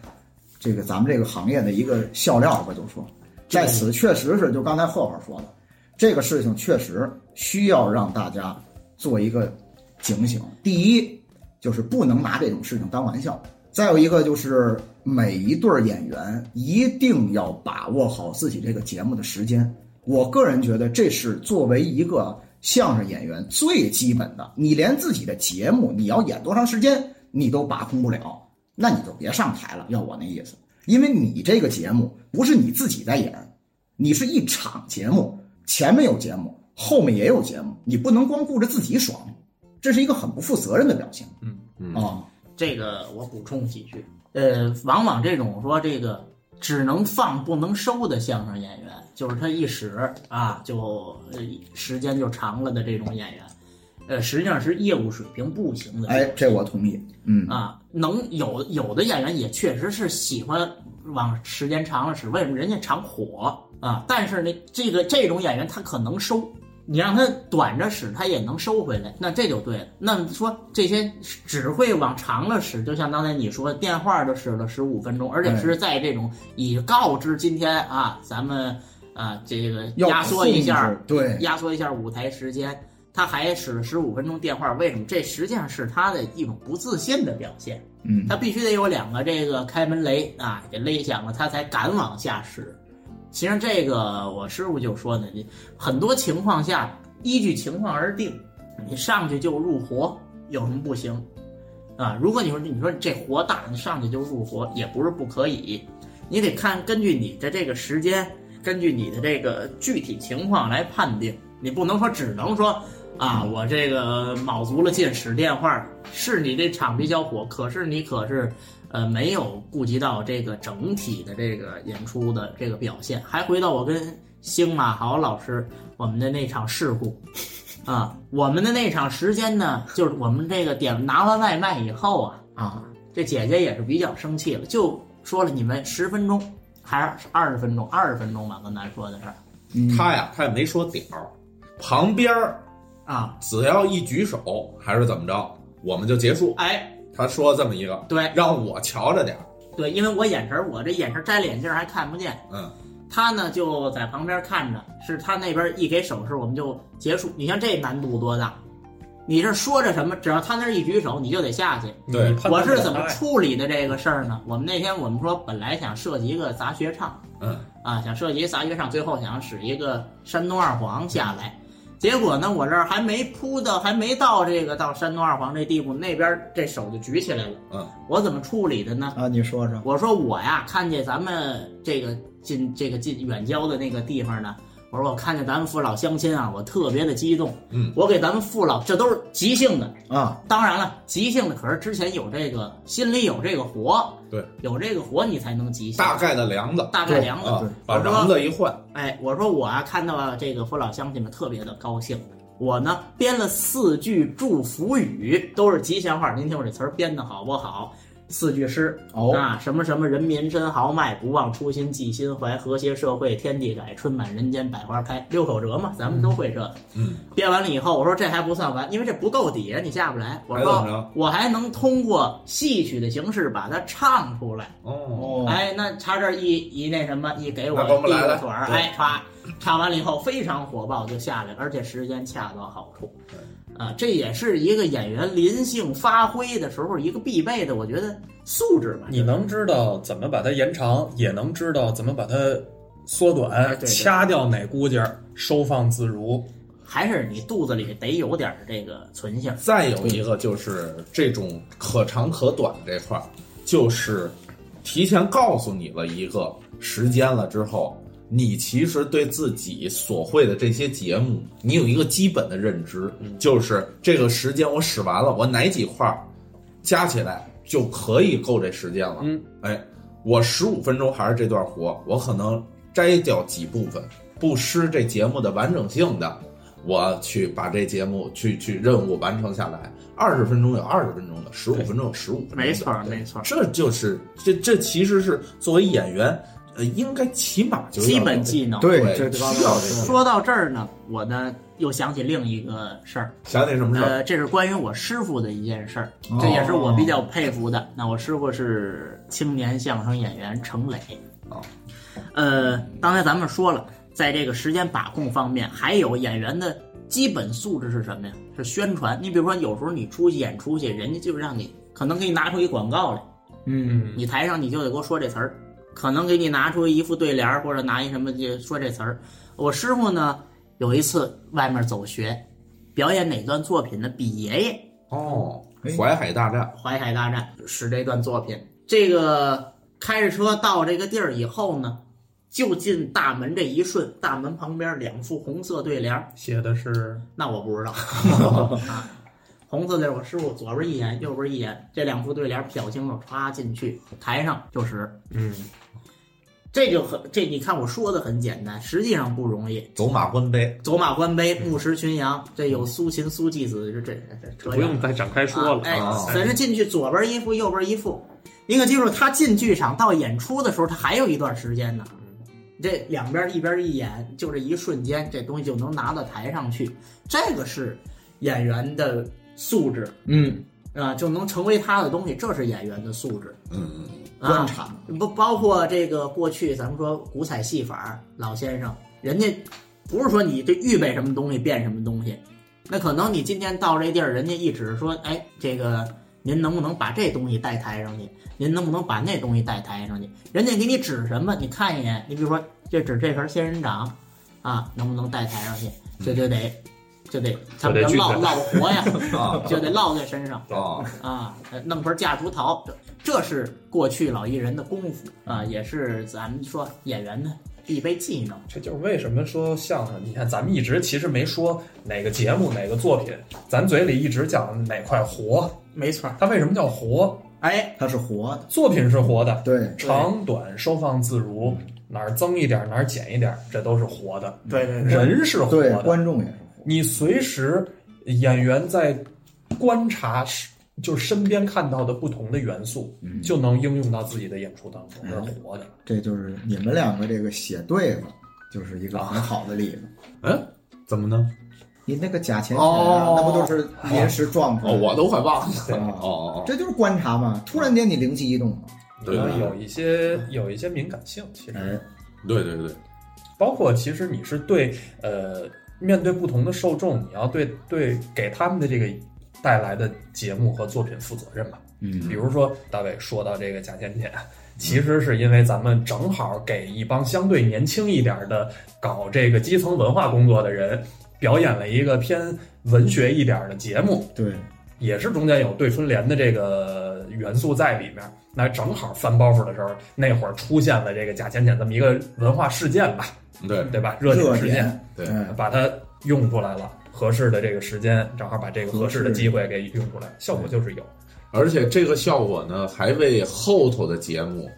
Speaker 4: 这个咱们这个行业的一个笑料吧，就说，在此确实是就刚才贺贺说的，这个事情确实需要让大家做一个警醒。第一，就是不能拿这种事情当玩笑；再有一个就是每一对儿演员一定要把握好自己这个节目的时间。我个人觉得这是作为一个相声演员最基本的，你连自己的节目你要演多长时间你都把控不了，那你就别上台了。要我那意思，因为你这个节目不是你自己在演，你是一场节目，前面有节目，后面也有节目，你不能光顾着自己爽，这是一个很不负责任的表现。
Speaker 2: 嗯
Speaker 1: 嗯
Speaker 4: 啊，
Speaker 3: 这个我补充几句，呃，往往这种说这个只能放不能收的相声演员，就是他一使啊就呃时间就长了的这种演员，呃，实际上是业务水平不行的。
Speaker 4: 哎，这我同意。嗯，
Speaker 3: 啊，能有有的演员也确实是喜欢往时间长了使，为什么人家常火啊？但是呢，这个这种演员他可能收，你让他短着使，他也能收回来，那这就对了。那么说这些只会往长了使，就像刚才你说电话都使了十五分钟，而且是在这种以告知今天啊，咱们啊这个
Speaker 4: 要
Speaker 3: 压缩一下，
Speaker 4: 控制，对，
Speaker 3: 压缩一下舞台时间，他还使了十五分钟电话，为什么？这实际上是他的一种不自信的表现，
Speaker 4: 嗯
Speaker 3: 他必须得有两个这个开门雷啊，给勒响了，他才敢往下使。其实这个我师傅就说呢，你很多情况下依据情况而定，你上去就入活有什么不行？啊，如果你说你说这活大，你上去就入活也不是不可以，你得看根据你的这个时间，根据你的这个具体情况来判定。你不能说只能说啊，我这个卯足了劲使电话，是你这场比较火，可是你可是呃没有顾及到这个整体的这个演出的这个表现。还回到我跟星马豪老师我们的那场事故。啊，我们的那场时间呢，就是我们这个点拿完外卖以后啊，啊，这姐姐也是比较生气了，就说了你们十分钟还是二十分钟，二十分钟吧，跟咱说的是
Speaker 4: 嗯
Speaker 1: 他呀，他也没说点儿，旁边儿
Speaker 3: 啊，
Speaker 1: 只要一举手还是怎么着，我们就结束。
Speaker 3: 哎，
Speaker 1: 他说这么一个，
Speaker 3: 对
Speaker 1: 让我瞧着点儿。
Speaker 3: 对，因为我眼神儿，我这眼神儿摘了眼镜儿还看不见，
Speaker 1: 嗯，
Speaker 3: 他呢就在旁边看着，是他那边一给手势，我们就结束。你像这难度多大？你这说着什么？只要他那儿一举手，你就得下去。
Speaker 1: 对
Speaker 2: 你判断
Speaker 3: 我
Speaker 2: 不
Speaker 3: 是
Speaker 2: 了
Speaker 3: 怎么
Speaker 2: 他呀
Speaker 3: 处理的这个事儿呢？我们那天我们说本来想设计一个杂学唱，
Speaker 1: 嗯，
Speaker 3: 啊，想设计一个杂学唱，最后想使一个山东二黄下来。结果呢，我这儿还没铺到，还没到这个到山东二黄这地步，那边这手就举起来了。
Speaker 1: 嗯，
Speaker 3: 我怎么处理的呢？
Speaker 4: 啊，你说说，
Speaker 3: 我说我呀，看见咱们这个近这个近远郊的那个地方呢，我说我看见咱们父老乡亲啊，我特别的激动。
Speaker 1: 嗯，
Speaker 3: 我给咱们父老，这都是即兴的。
Speaker 4: 啊，
Speaker 3: 当然了，即兴的可是之前有这个心里有这个活，
Speaker 1: 对，
Speaker 3: 有这个活你才能即兴。
Speaker 1: 大概的梁子
Speaker 3: 大概量的，
Speaker 1: 啊
Speaker 4: 对，
Speaker 1: 把瓤子一换，
Speaker 3: 哎，我说我啊看到这个父老乡亲们特别的高兴。我呢编了四句祝福语，都是吉祥话。您听我这词儿编的好不好？四句诗
Speaker 4: 哦
Speaker 3: 啊，什么什么人民真豪迈，不忘初心记心怀，和谐社会天地改，春满人间百花开，六口折嘛，咱们都会这。
Speaker 1: 嗯，
Speaker 3: 编完了以后，我说这还不算完，因为这不够底呀，你下不来。我
Speaker 1: 还怎么
Speaker 3: 说
Speaker 1: 着？
Speaker 3: 我还能通过戏曲的形式把它唱出来。
Speaker 1: 哦，
Speaker 4: 哦，
Speaker 3: 哎，那他这一一那什么一给我
Speaker 1: 那给我们
Speaker 3: 递
Speaker 1: 来
Speaker 3: 个
Speaker 1: 了
Speaker 3: 腿儿，
Speaker 1: 对
Speaker 3: 哎，啪，唱完了以后非常火爆就下来了，而且时间恰到好处。啊，这也是一个演员临性发挥的时候一个必备的，我觉得素质吧。
Speaker 2: 你能知道怎么把它延长，也能知道怎么把它缩
Speaker 3: 哎
Speaker 2: 短，
Speaker 3: 对对
Speaker 2: 掐掉哪估计儿，收放自如。
Speaker 3: 还是你肚子里得有点儿这个存性。
Speaker 1: 再有一个就是这种可长可短这块儿，就是提前告诉你了一个时间了之后，你其实对自己所会的这些节目，你有一个基本的认知，就是这个时间我使完了，我哪几块儿加起来就可以够这时间了。
Speaker 2: 嗯，
Speaker 1: 哎，我十五分钟还是这段活，我可能摘掉几部分，不失这节目的完整性的，我去把这节目去去任务完成下来。二十分钟有二十分钟的，十五分钟有十五分钟的，
Speaker 3: 没错儿，
Speaker 1: 对
Speaker 3: 没错儿，
Speaker 1: 这就是这这其实是作为演员，呃，应该起码就要
Speaker 3: 基本技能。
Speaker 1: 对
Speaker 4: 这这
Speaker 1: 需要这个。
Speaker 3: 说到这儿呢，我呢又想起另一个事儿，
Speaker 1: 想起什么事儿？
Speaker 3: 呃，这是关于我师傅的一件事儿，
Speaker 4: 哦
Speaker 3: 这也是我比较佩服的。那我师傅是青年相声演员程磊。
Speaker 1: 哦，
Speaker 3: 呃，刚才咱们说了，在这个时间把控方面，还有演员的基本素质是什么呀？是宣传。你比如说，有时候你出去演出去，人家就让你可能给你拿出一广告来，
Speaker 4: 嗯，
Speaker 2: 嗯，
Speaker 3: 你台上你就得给我说这词儿，可能给你拿出一副对联儿或者拿一什么就说这词儿。我师傅呢，有一次外面走学，表演哪段作品呢？比爷爷。
Speaker 1: 哦
Speaker 4: 哎，
Speaker 1: 淮海大战，
Speaker 3: 淮海大战是这段作品。这个开着车到这个地儿以后呢，就进大门这一瞬，大门旁边两副红色对联儿，
Speaker 2: 写的是
Speaker 3: 那我
Speaker 2: [laughs]
Speaker 3: 不知道。啊红色对联儿，我师傅左边一眼，右边一眼，这两副对联儿瞟清楚，歘进去，台上就是，
Speaker 2: 嗯，
Speaker 3: 这就很这你看我说的很简单，实际上不容易。
Speaker 1: 走马观碑。
Speaker 3: 走马观碑，
Speaker 2: 嗯
Speaker 3: 牧石群羊，这有苏秦、苏季子，这这这
Speaker 2: 不
Speaker 3: 扯远了
Speaker 2: 用再展开说了。
Speaker 3: 哎
Speaker 1: 啊，
Speaker 3: 反正进去左边一副，右边一副。您可记住，他进剧场到演出的时候，他还有一段时间呢。这两边一边一演，就这一瞬间，这东西就能拿到台上去。这个是演员的素质
Speaker 4: 嗯，
Speaker 3: 啊、就能成为他的东西，这是演员的素质。
Speaker 1: 嗯，
Speaker 4: 观
Speaker 3: 啊，
Speaker 4: 察，
Speaker 3: 不包括这个过去咱们说古彩戏法，老先生人家不是说你这预备什么东西变什么东西，那可能你今天到这地儿，人家一指说，哎，这个您能不能把这东西带台上去？您能不能把那东西带台上去？人家给你指什么，你看一眼，你比如说这指这盆仙人掌，啊，能不能带台上去？这就得，就得他们
Speaker 2: 就
Speaker 3: 叫
Speaker 2: 得去
Speaker 3: 烙
Speaker 2: 看
Speaker 3: 烙活呀，
Speaker 1: 啊
Speaker 3: 就得烙在身上。
Speaker 1: 哦，
Speaker 3: 啊，呃弄盆架竹桃，这这是过去老艺人的功夫啊，也是咱们说演员的必备技能。
Speaker 2: 这就是为什么说相声，你看咱们一直其实没说哪个节目哪个作品，咱嘴里一直讲哪块活，
Speaker 3: 没错，
Speaker 2: 它为什么叫活？
Speaker 3: 哎，
Speaker 4: 它是活的，
Speaker 2: 作品是活的，
Speaker 4: 对，嗯
Speaker 2: 长短收放自如。哪儿增一点，哪儿减一点，这都是活的，
Speaker 5: 对对对，
Speaker 2: 人是活
Speaker 4: 对，
Speaker 2: 的。
Speaker 4: 观众也是活的。
Speaker 2: 你随时演员在观察是就是身边看到的不同的元素，
Speaker 4: 嗯
Speaker 2: 就能应用到自己的演出当中，这是活的。
Speaker 4: 这就是你们两个这个写对了，就是一个很好的例子。
Speaker 1: 嗯，怎么呢？
Speaker 4: 你那个假钱钱啊，
Speaker 5: 哦
Speaker 4: 那不都是临时撞出来
Speaker 1: 哦，
Speaker 4: 的？
Speaker 1: 我都快忘了。
Speaker 2: 对
Speaker 1: [laughs] 哦哦哦，
Speaker 4: 这就是观察嘛，突然间你灵机一动嘛。
Speaker 2: 你要有一些有一些敏感性，其实
Speaker 4: 哎，
Speaker 1: 对对对，
Speaker 2: 包括其实你是对呃面对不同的受众，你要对对给他们的这个带来的节目和作品负责任吧。
Speaker 4: 嗯
Speaker 2: 比如说大伟说到这个贾浅浅，其实是因为咱们正好给一帮相对年轻一点的搞这个基层文化工作的人表演了一个偏文学一点的节目，
Speaker 4: 对，
Speaker 2: 也是中间有对春联的这个元素在里面。那正好翻包袱的时候，那会儿出现了这个贾浅浅这么一个文化事件吧，
Speaker 1: 对
Speaker 2: 对吧？热点事件，
Speaker 1: 对
Speaker 4: 点哎
Speaker 2: 把它用出来了，合适的这个时间，正好把这个合适的机会给用出来，效果就是有。
Speaker 1: 而且这个效果呢，还为后头的节目，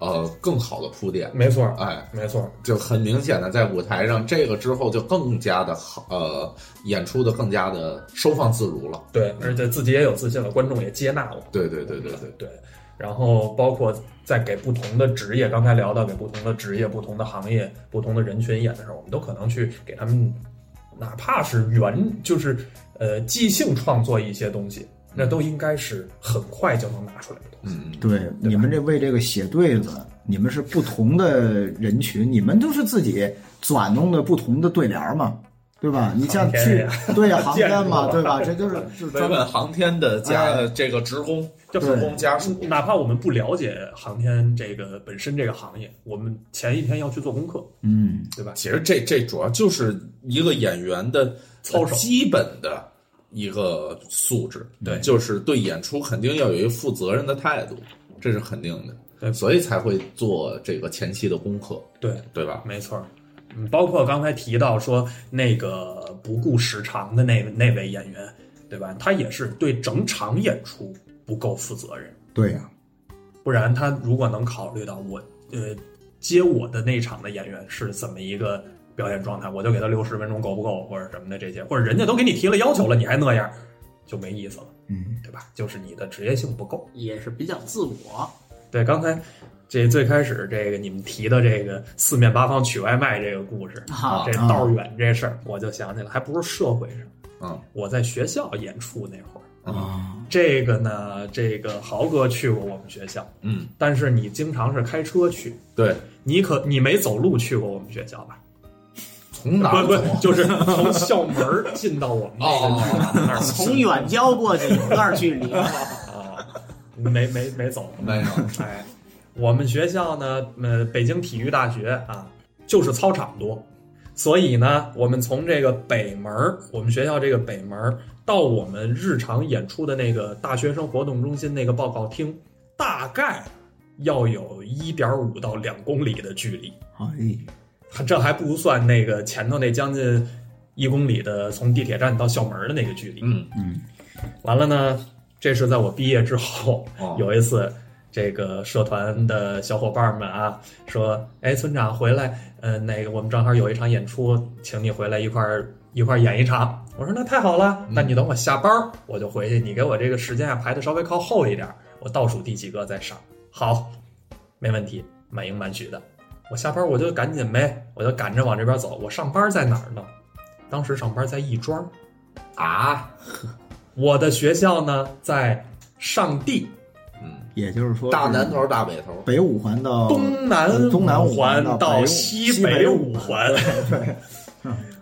Speaker 1: 呃，更好的铺垫。
Speaker 2: 没错，
Speaker 1: 哎，
Speaker 2: 没错，
Speaker 1: 就很明显的在舞台上，这个之后就更加的好，呃，演出的更加的收放自如了。
Speaker 2: 对，而且自己也有自信了，观众也接纳我。
Speaker 1: 对对对对对，
Speaker 2: 对，然后包括在给不同的职业，刚才聊到给不同的职业、不同的行业、不同的人群演的时候，我们都可能去给他们，哪怕是原就是呃即兴创作一些东西，那都应该是很快就能拿出来的东西。
Speaker 1: 嗯，嗯
Speaker 4: 对，你们这为这个写对子，你们是不同的人群，你们就是自己转弄的不同的对联儿嘛，对吧？你像
Speaker 2: 航天
Speaker 4: 去
Speaker 2: 呀
Speaker 4: [laughs] 对呀，航天嘛，
Speaker 2: 建筑嘛
Speaker 4: 对吧？这就是就是
Speaker 1: 飞
Speaker 4: 专门
Speaker 1: 问航天的家、
Speaker 4: 哎
Speaker 1: 呃这个职工，
Speaker 2: 对
Speaker 1: 职工家属，
Speaker 2: 嗯哪怕我们不了解航天这个本身这个行业，我们前一天要去做功课，
Speaker 4: 嗯，
Speaker 2: 对吧？
Speaker 1: 其实这这主要就是一个演员的
Speaker 2: 操守
Speaker 1: 基本的一个素质，
Speaker 2: 对
Speaker 1: 就是对演出肯定要有一个负责任的态度，这是肯定的，
Speaker 2: 对
Speaker 1: 所以才会做这个前期的功课，
Speaker 2: 对，
Speaker 1: 对吧？
Speaker 2: 没错儿，嗯，包括刚才提到说那个不顾时长的那那位演员，对吧？他也是对整场演出不够负责任，
Speaker 4: 对呀、
Speaker 2: 不然他如果能考虑到我，呃，接我的那场的演员是怎么一个表演状态，我就给他留十分钟够不够，或者什么的这些，或者人家都给你提了要求了，你还那样，就没意思了，
Speaker 4: 嗯，
Speaker 2: 对吧？就是你的职业性不够。
Speaker 3: 也是比较自我。
Speaker 2: 对，刚才这最开始这个你们提的这个四面八方取外卖这个故事
Speaker 3: 啊
Speaker 2: 这道儿远这事儿，我就想起来，还不是社会上，
Speaker 1: 嗯，
Speaker 2: 我在学校演出那会儿，
Speaker 4: 啊，
Speaker 2: 这个呢，这个豪哥去过我们学校，
Speaker 1: 嗯，
Speaker 2: 但是你经常是开车去，
Speaker 1: 对，
Speaker 2: 你可你没走路去过我们学校吧？
Speaker 1: 从哪
Speaker 2: 不
Speaker 1: 儿走
Speaker 2: 不
Speaker 1: 啊， [laughs]
Speaker 2: 就是从校门儿进到我们那个
Speaker 1: 哦
Speaker 2: 食堂那儿
Speaker 3: 从远郊过去，有那儿去离。
Speaker 4: [laughs]
Speaker 2: 啊， [laughs] 没没没走，
Speaker 1: 没有，
Speaker 2: 哎，我们学校呢，呃，北京体育大学啊，就是操场多，所以呢，我们从这个北门儿，我们学校这个北门儿到我们日常演出的那个大学生活动中心那个报告厅，大概要有一点五到两公里的距离，
Speaker 4: 哎，
Speaker 2: 这还不算那个前头那将近一公里的从地铁站到校门儿的那个距离。
Speaker 1: 嗯，
Speaker 2: 完了呢，这是在我毕业之后，
Speaker 1: 哦
Speaker 2: 有一次，这个社团的小伙伴们啊，说：“哎，村长回来，呃，那个我们正好有一场演出，请你回来一块儿一块儿演一场。”我说：“那太好了，那你等我下班儿，我就回去。你给我这个时间啊排的稍微靠后一点儿，我倒数第几个再上。”好，没问题，满应满许的。我下班我就赶紧呗，我就赶着往这边走。我上班在哪儿呢？当时上班在亦庄。
Speaker 1: 啊，
Speaker 2: 我的学校呢在上地
Speaker 1: 嗯，
Speaker 4: 也就是说
Speaker 1: 大
Speaker 4: 是
Speaker 1: 南头大北头，
Speaker 4: 北五环到
Speaker 2: 东南
Speaker 4: 哦呃东南
Speaker 2: 五
Speaker 4: 五环
Speaker 2: 环
Speaker 4: 北
Speaker 2: 到
Speaker 4: 五
Speaker 2: 西
Speaker 4: 西北
Speaker 2: 五
Speaker 4: 五
Speaker 2: 环。 [laughs]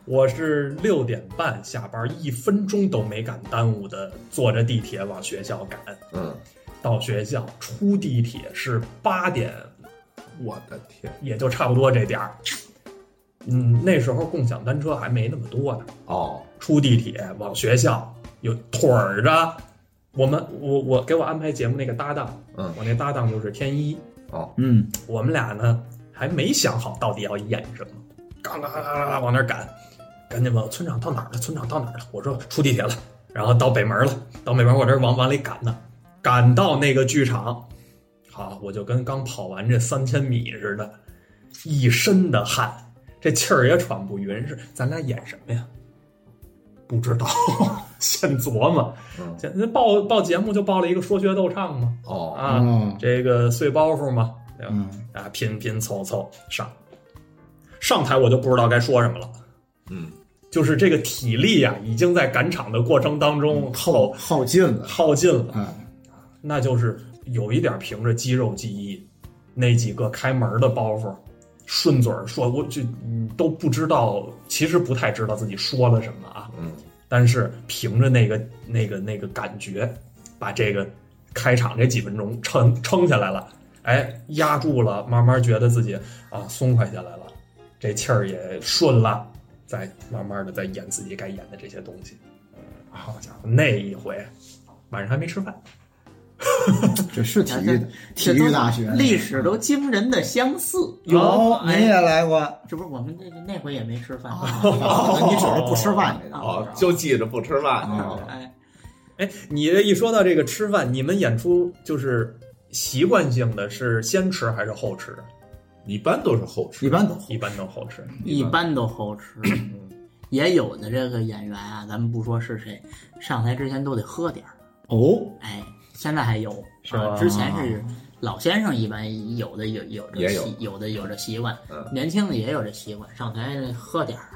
Speaker 2: 我是六点半下班，一分钟都没敢耽误的，坐着地铁往学校赶。
Speaker 1: 嗯，
Speaker 2: 到学校出地铁是八点，
Speaker 1: 我的天，
Speaker 2: 也就差不多这点儿。嗯，那时候共享单车还没那么多呢。
Speaker 1: 哦，
Speaker 2: 出地铁往学校，有腿儿着。我们我我给我安排节目那个搭档，
Speaker 1: 嗯哦
Speaker 2: 我那搭档就是天一，
Speaker 4: 嗯，
Speaker 2: 我们俩呢还没想好到底要演什么，嘎啦嘎啦嘎啦往那儿赶，赶紧问村长到哪儿了？村长到哪儿了？我说出地铁了，然后到北门了，到北门我这儿往往里赶呢，赶到那个剧场，好，我就跟刚跑完这三千米似的，一身的汗，这气儿也喘不匀，是咱俩演什么呀？不知道， [laughs] 现琢磨。
Speaker 1: 嗯
Speaker 2: 这那报报节目就报了一个说学逗唱嘛，
Speaker 1: 哦，
Speaker 2: 啊，
Speaker 4: 嗯
Speaker 2: 这个碎包袱嘛，对吧？
Speaker 4: 嗯，
Speaker 2: 啊，拼拼凑凑上，上台我就不知道该说什么了。
Speaker 1: 嗯，
Speaker 2: 就是这个体力啊，已经在赶场的过程当中
Speaker 4: 嗯耗
Speaker 2: 耗
Speaker 4: 耗尽了，
Speaker 2: 耗尽了，
Speaker 4: 嗯
Speaker 2: 那就是有一点凭着肌肉记忆，那几个开门的包袱，顺嘴儿说，我就嗯都不知道，其实不太知道自己说了什么啊，
Speaker 1: 嗯，
Speaker 2: 但是凭着那个那个那个感觉，把这个开场这几分钟撑撑下来了，哎，压住了，慢慢觉得自己啊松快下来了，这气儿也顺了，再慢慢的再演自己该演的这些东西。嗯好家伙，那一回晚上还没吃饭。
Speaker 4: 这是体育的体育大学
Speaker 3: 历史都惊人的相似。
Speaker 4: 有，您也
Speaker 3: 哎，
Speaker 4: 来过
Speaker 3: 这不是我们那那回也没吃
Speaker 4: [laughs]
Speaker 3: 饭。
Speaker 4: 啊？你只是不吃饭这
Speaker 1: 哦
Speaker 4: 个，，
Speaker 1: 就记着不吃饭。
Speaker 2: 啊
Speaker 4: 哦
Speaker 3: [laughs] 哎，
Speaker 2: 哎，你这一说到这个吃饭，你们演出就是习惯性的是先吃还是后吃？
Speaker 1: 一般都是后吃
Speaker 4: 一，般都
Speaker 2: 一般都后吃。
Speaker 3: 一般都后吃，也有的这个演员啊，咱们不说是谁，上台之前都得喝点儿。
Speaker 4: 哦，
Speaker 3: 哎，现在还有
Speaker 2: 是吧
Speaker 3: 啊之前是老先生一般有的有有这
Speaker 1: 也有
Speaker 3: 习有的有这习惯
Speaker 1: 嗯，
Speaker 3: 年轻的也有这习惯，上台喝点儿，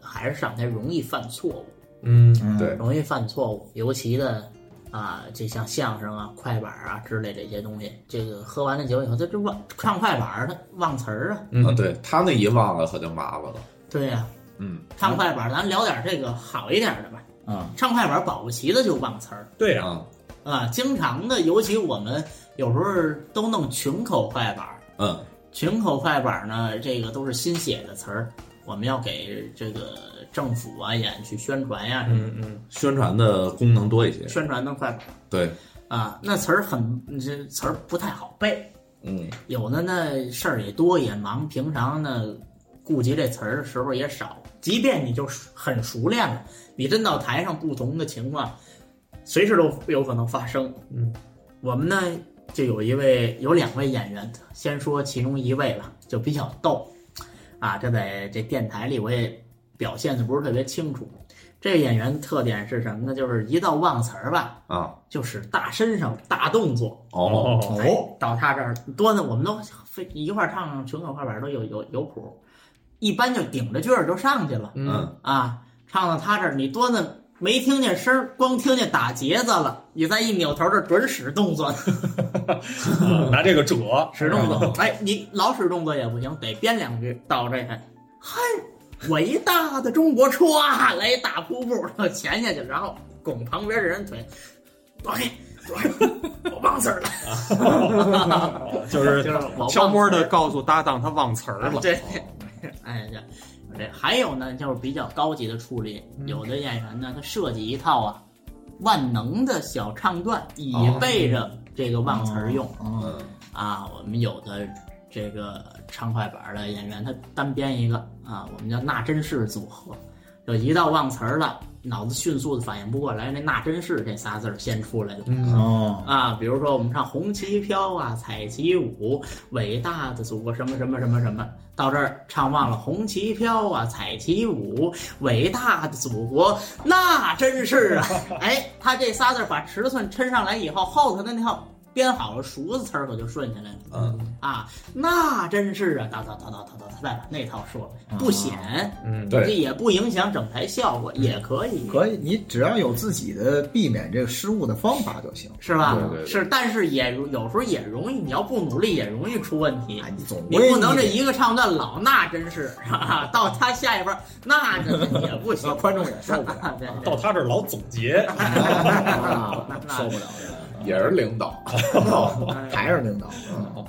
Speaker 3: 还是上台容易犯错误，
Speaker 2: 嗯
Speaker 4: 嗯
Speaker 1: 对
Speaker 3: 容易犯错误，尤其的。啊，就像相声啊、快板啊之类这些东西，这个喝完了酒以后，他就忘唱快板儿，他忘词儿啊。
Speaker 2: 嗯
Speaker 1: 啊，对他那一忘了可就麻烦了。
Speaker 3: 对呀、
Speaker 1: 嗯，
Speaker 3: 唱快板儿，咱聊点这个好一点的吧。
Speaker 4: 啊，
Speaker 3: 唱快板儿保不齐的就忘词儿，
Speaker 2: 对呀、
Speaker 1: 啊，
Speaker 3: 啊，经常的，尤其我们有时候都弄群口快板儿，
Speaker 1: 嗯，
Speaker 3: 群口快板儿呢，这个都是新写的词儿，我们要给这个政府啊演去宣传呀、什么
Speaker 2: 嗯嗯，
Speaker 1: 宣传的功能多一些。
Speaker 3: 宣传的快板儿
Speaker 1: 对，
Speaker 3: 啊，那词儿很这词儿不太好背，
Speaker 1: 嗯，
Speaker 3: 有的呢事儿也多也忙，平常呢顾及这词儿的时候也少。即便你就很熟练了，你真到台上不同的情况，随时都有可能发生。
Speaker 2: 嗯，
Speaker 3: 我们呢就有一位有两位演员，先说其中一位吧，就比较逗啊。这在这电台里我也表现的不是特别清楚。这个演员特点是什么呢？就是一到忘词儿吧，
Speaker 1: 啊，
Speaker 3: 就是大身手、大动作。
Speaker 1: 哦，
Speaker 4: 哦，
Speaker 3: 到他这儿多呢，我们都非一块儿唱群口快板都有有有谱，一般就顶着句儿就上去了
Speaker 2: 嗯
Speaker 1: 嗯，
Speaker 3: 啊。唱到他这儿，你多呢没听见声儿，光听见打节子了，你再一扭头，这准使动作，
Speaker 2: 啊 [laughs] 拿这个折，
Speaker 3: [laughs] 使动
Speaker 2: [laughs]
Speaker 3: 作。哎，你老使动作也不行，得编两句到这个，嗨，伟大的中国歘来一大瀑布，然后潜下去，然后拱旁边的人腿，躲开，躲开，我忘词儿了，
Speaker 2: 就是
Speaker 3: 就是我忘词
Speaker 2: 悄摸
Speaker 3: 儿了
Speaker 2: 的告诉搭档他忘词儿了。
Speaker 3: 对，哎这这还有呢，就是比较高级的处理，
Speaker 2: 嗯
Speaker 3: 有的演员呢，他设计一套啊万能的小唱段，以
Speaker 2: 哦
Speaker 3: 备着这个忘词儿用、
Speaker 4: 嗯，
Speaker 1: 嗯，
Speaker 3: 啊。我们有的这个唱快板的演员，他单编一个啊，我们叫纳真式组合，就一到忘词儿了，脑子迅速的反应不过来，那纳真式这仨字儿先出来了。
Speaker 2: 嗯，
Speaker 4: 哦，
Speaker 3: 啊，比如说我们唱《红旗飘》啊，《彩旗舞》，伟大的祖国什么什么什么什么，到这儿唱忘了《红旗飘》啊，《彩旗舞》，伟大的祖国，那真是啊！哎，他这仨字儿把尺寸抻上来以后，后头的那套编好了熟字词儿可就顺下来了。
Speaker 1: 嗯
Speaker 3: 啊，那真是啊，哒哒哒哒哒哒哒，再把那套说了，不显，
Speaker 2: 嗯，
Speaker 1: 对
Speaker 3: 这也不影响整台效果，也可以，
Speaker 4: 可以，你只要有自己的避免这个失误的方法就行。
Speaker 3: 是吧？
Speaker 1: 对对对
Speaker 3: 是，但是也有时候也容易，你要不努力也容易出问题
Speaker 4: 哎。，你总
Speaker 3: 你
Speaker 4: 归
Speaker 3: 不能这
Speaker 4: 得
Speaker 3: 一个唱段老，那真是， [laughs] 啊、到他下一份那真是也不行
Speaker 4: 那， [laughs] 观众也受不了，哦
Speaker 3: 啊 [laughs] 对啊
Speaker 2: 到他这儿老总结，
Speaker 4: 受不了
Speaker 1: 也是领导。
Speaker 3: 哦
Speaker 4: 这个，还是领导。嗯
Speaker 2: 哦